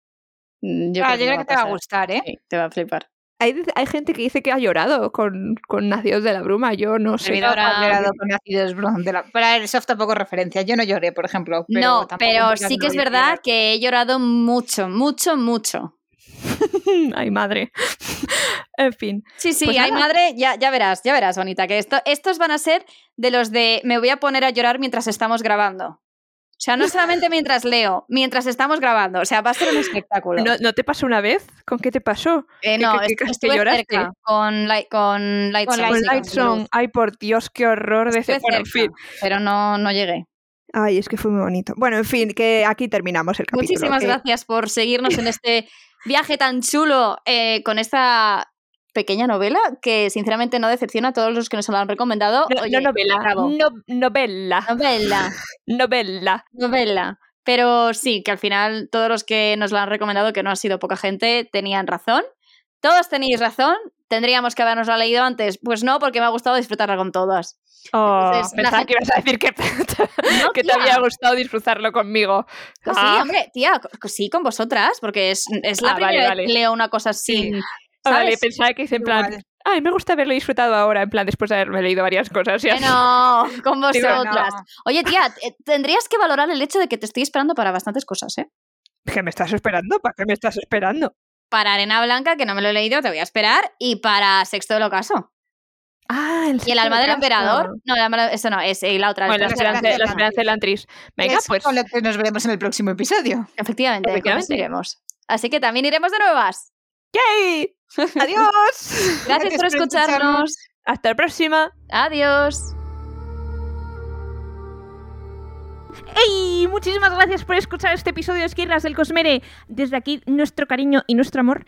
C: Mm, Yo
A: Ah,
C: creo
A: yo
C: que,
A: creo
C: no
A: que te va a
C: pasar.
A: gustar, ¿eh?
C: Sí, te va a flipar.
B: Hay, hay gente que dice que ha llorado con, con Nacidos de la Bruma, yo no sé.
C: Servidora.
A: Todo alterado con ácidos bron- de la- Pero a ver, soft tampoco referencia. Yo no lloré, por ejemplo. Pero
C: no,
A: tampoco
C: pero
A: porque
C: sí que
A: no
C: es
A: lloré.
C: verdad que he llorado mucho, mucho, mucho.
B: *laughs* Ay, madre. *laughs* en fin.
C: Sí, sí,
B: Pues
C: ay
B: nada.
C: madre, ya, ya verás, ya verás, bonita, que esto, estos van a ser de los de me voy a poner a llorar mientras estamos grabando. O sea, no solamente mientras leo, mientras estamos grabando. O sea, va a ser un espectáculo.
B: ¿No, no te pasó una vez? ¿Con qué te pasó?
C: Eh,
B: que-
C: no,
B: que-
C: est-
B: que- que
C: estuve
B: lloraste.
C: cerca con, Light con Light
A: Con
C: Song,
A: Light
C: sí,
A: Song.
B: Con Light Song. Ay, por Dios, qué horror de
C: Estuve
B: ese. Bueno, en
C: cerca,
B: fin.
C: Pero no, no llegué.
B: Ay, es que fue muy bonito. Bueno, en fin, que aquí terminamos el capítulo.
C: Muchísimas
B: que-
C: gracias por seguirnos en este viaje tan chulo eh, con esta pequeña novela que sinceramente no decepciona a todos los que nos la han recomendado.
E: No,
C: Oye,
E: no novela.
C: bravo.
E: no- novela.
C: novela.
E: Novela.
C: novela. Pero sí, que al final todos los que nos la han recomendado, que no ha sido poca gente, tenían razón. Todos tenéis razón. ¿Tendríamos que habernosla leído antes? Pues no, porque me ha gustado disfrutarla con todas.
E: Oh,
C: Entonces, la
E: pensaba que
C: gente-
E: ibas a decir
B: *laughs*
E: que,
C: No,
E: que te
C: tía.
E: había gustado disfrutarlo conmigo.
C: Pues sí,
E: Ah.
C: hombre, tía, co- sí, con vosotras, porque es, es la
E: Ah, vale,
C: primera vez
E: vale.
C: que leo una cosa así.
E: Ah, Vale,
C: ¿sabes?
E: pensaba que hice en plan.
A: Igual.
E: Ay, me gusta haberlo disfrutado ahora, en plan, después de haberme leído varias cosas. y así. *laughs*
C: Bueno, con
E: Digo,
A: Pero
C: vosotras.
A: no.
C: Oye, tía, eh, tendrías que valorar el hecho de que te estoy esperando para bastantes cosas, ¿eh?
B: ¿Qué me estás esperando? ¿Para qué me estás esperando?
C: Para Arena Blanca, que no me lo he leído, te voy a esperar. Y para Sexto del Ocaso.
B: Ah, el
C: Y el alma del
B: sexto
C: emperador.
B: caso.
C: No, el alma, eso no, es eh, la otra.
E: Bueno,
C: el
E: la
A: esperanza-
E: esperanza, la
A: esperanza.
E: esperanza de la actriz. Venga,
A: Es
E: pues.
A: Con lo que nos veremos en el próximo episodio.
C: Efectivamente, con
E: Efectivamente.
C: eso iremos. Así que también iremos de nuevas.
E: *laughs* ¡Yay!
B: ¡Adiós!
C: Gracias por escucharnos.
E: Hasta la próxima.
C: Adiós.
B: ¡Ey! Muchísimas gracias por escuchar este episodio de Esquirlas del Cosmere. Desde aquí, nuestro cariño y nuestro amor.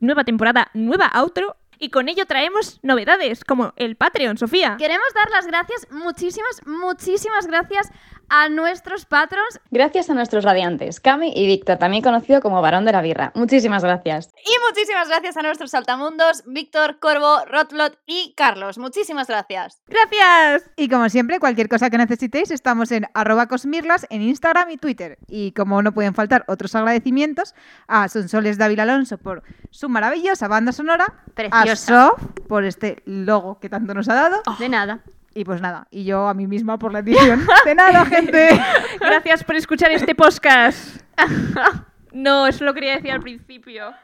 B: Nueva temporada, nueva outro. Y con ello traemos novedades, como el Patreon, Sofía.
C: Queremos dar las gracias, muchísimas, muchísimas gracias a nuestros patrons.
F: Gracias a nuestros radiantes, Cami y Víctor, también conocido como Varón de la Birra. Muchísimas gracias.
C: Y muchísimas gracias a nuestros saltamundos, Víctor, Corvo, Rotlot y Carlos. Muchísimas gracias.
B: ¡Gracias!
A: Y como siempre, cualquier cosa que necesitéis, estamos en arroba cosmirlas en Instagram y Twitter. Y como no pueden faltar otros agradecimientos, a Sonsoles Dávila Alonso por su maravillosa banda sonora, a
C: Preciosa.
A: Sof por este logo que tanto nos ha dado,
B: De nada.
A: y pues nada, y yo a mí misma por la edición. De nada, gente.
B: Gracias por escuchar este podcast. No, eso lo quería decir al principio.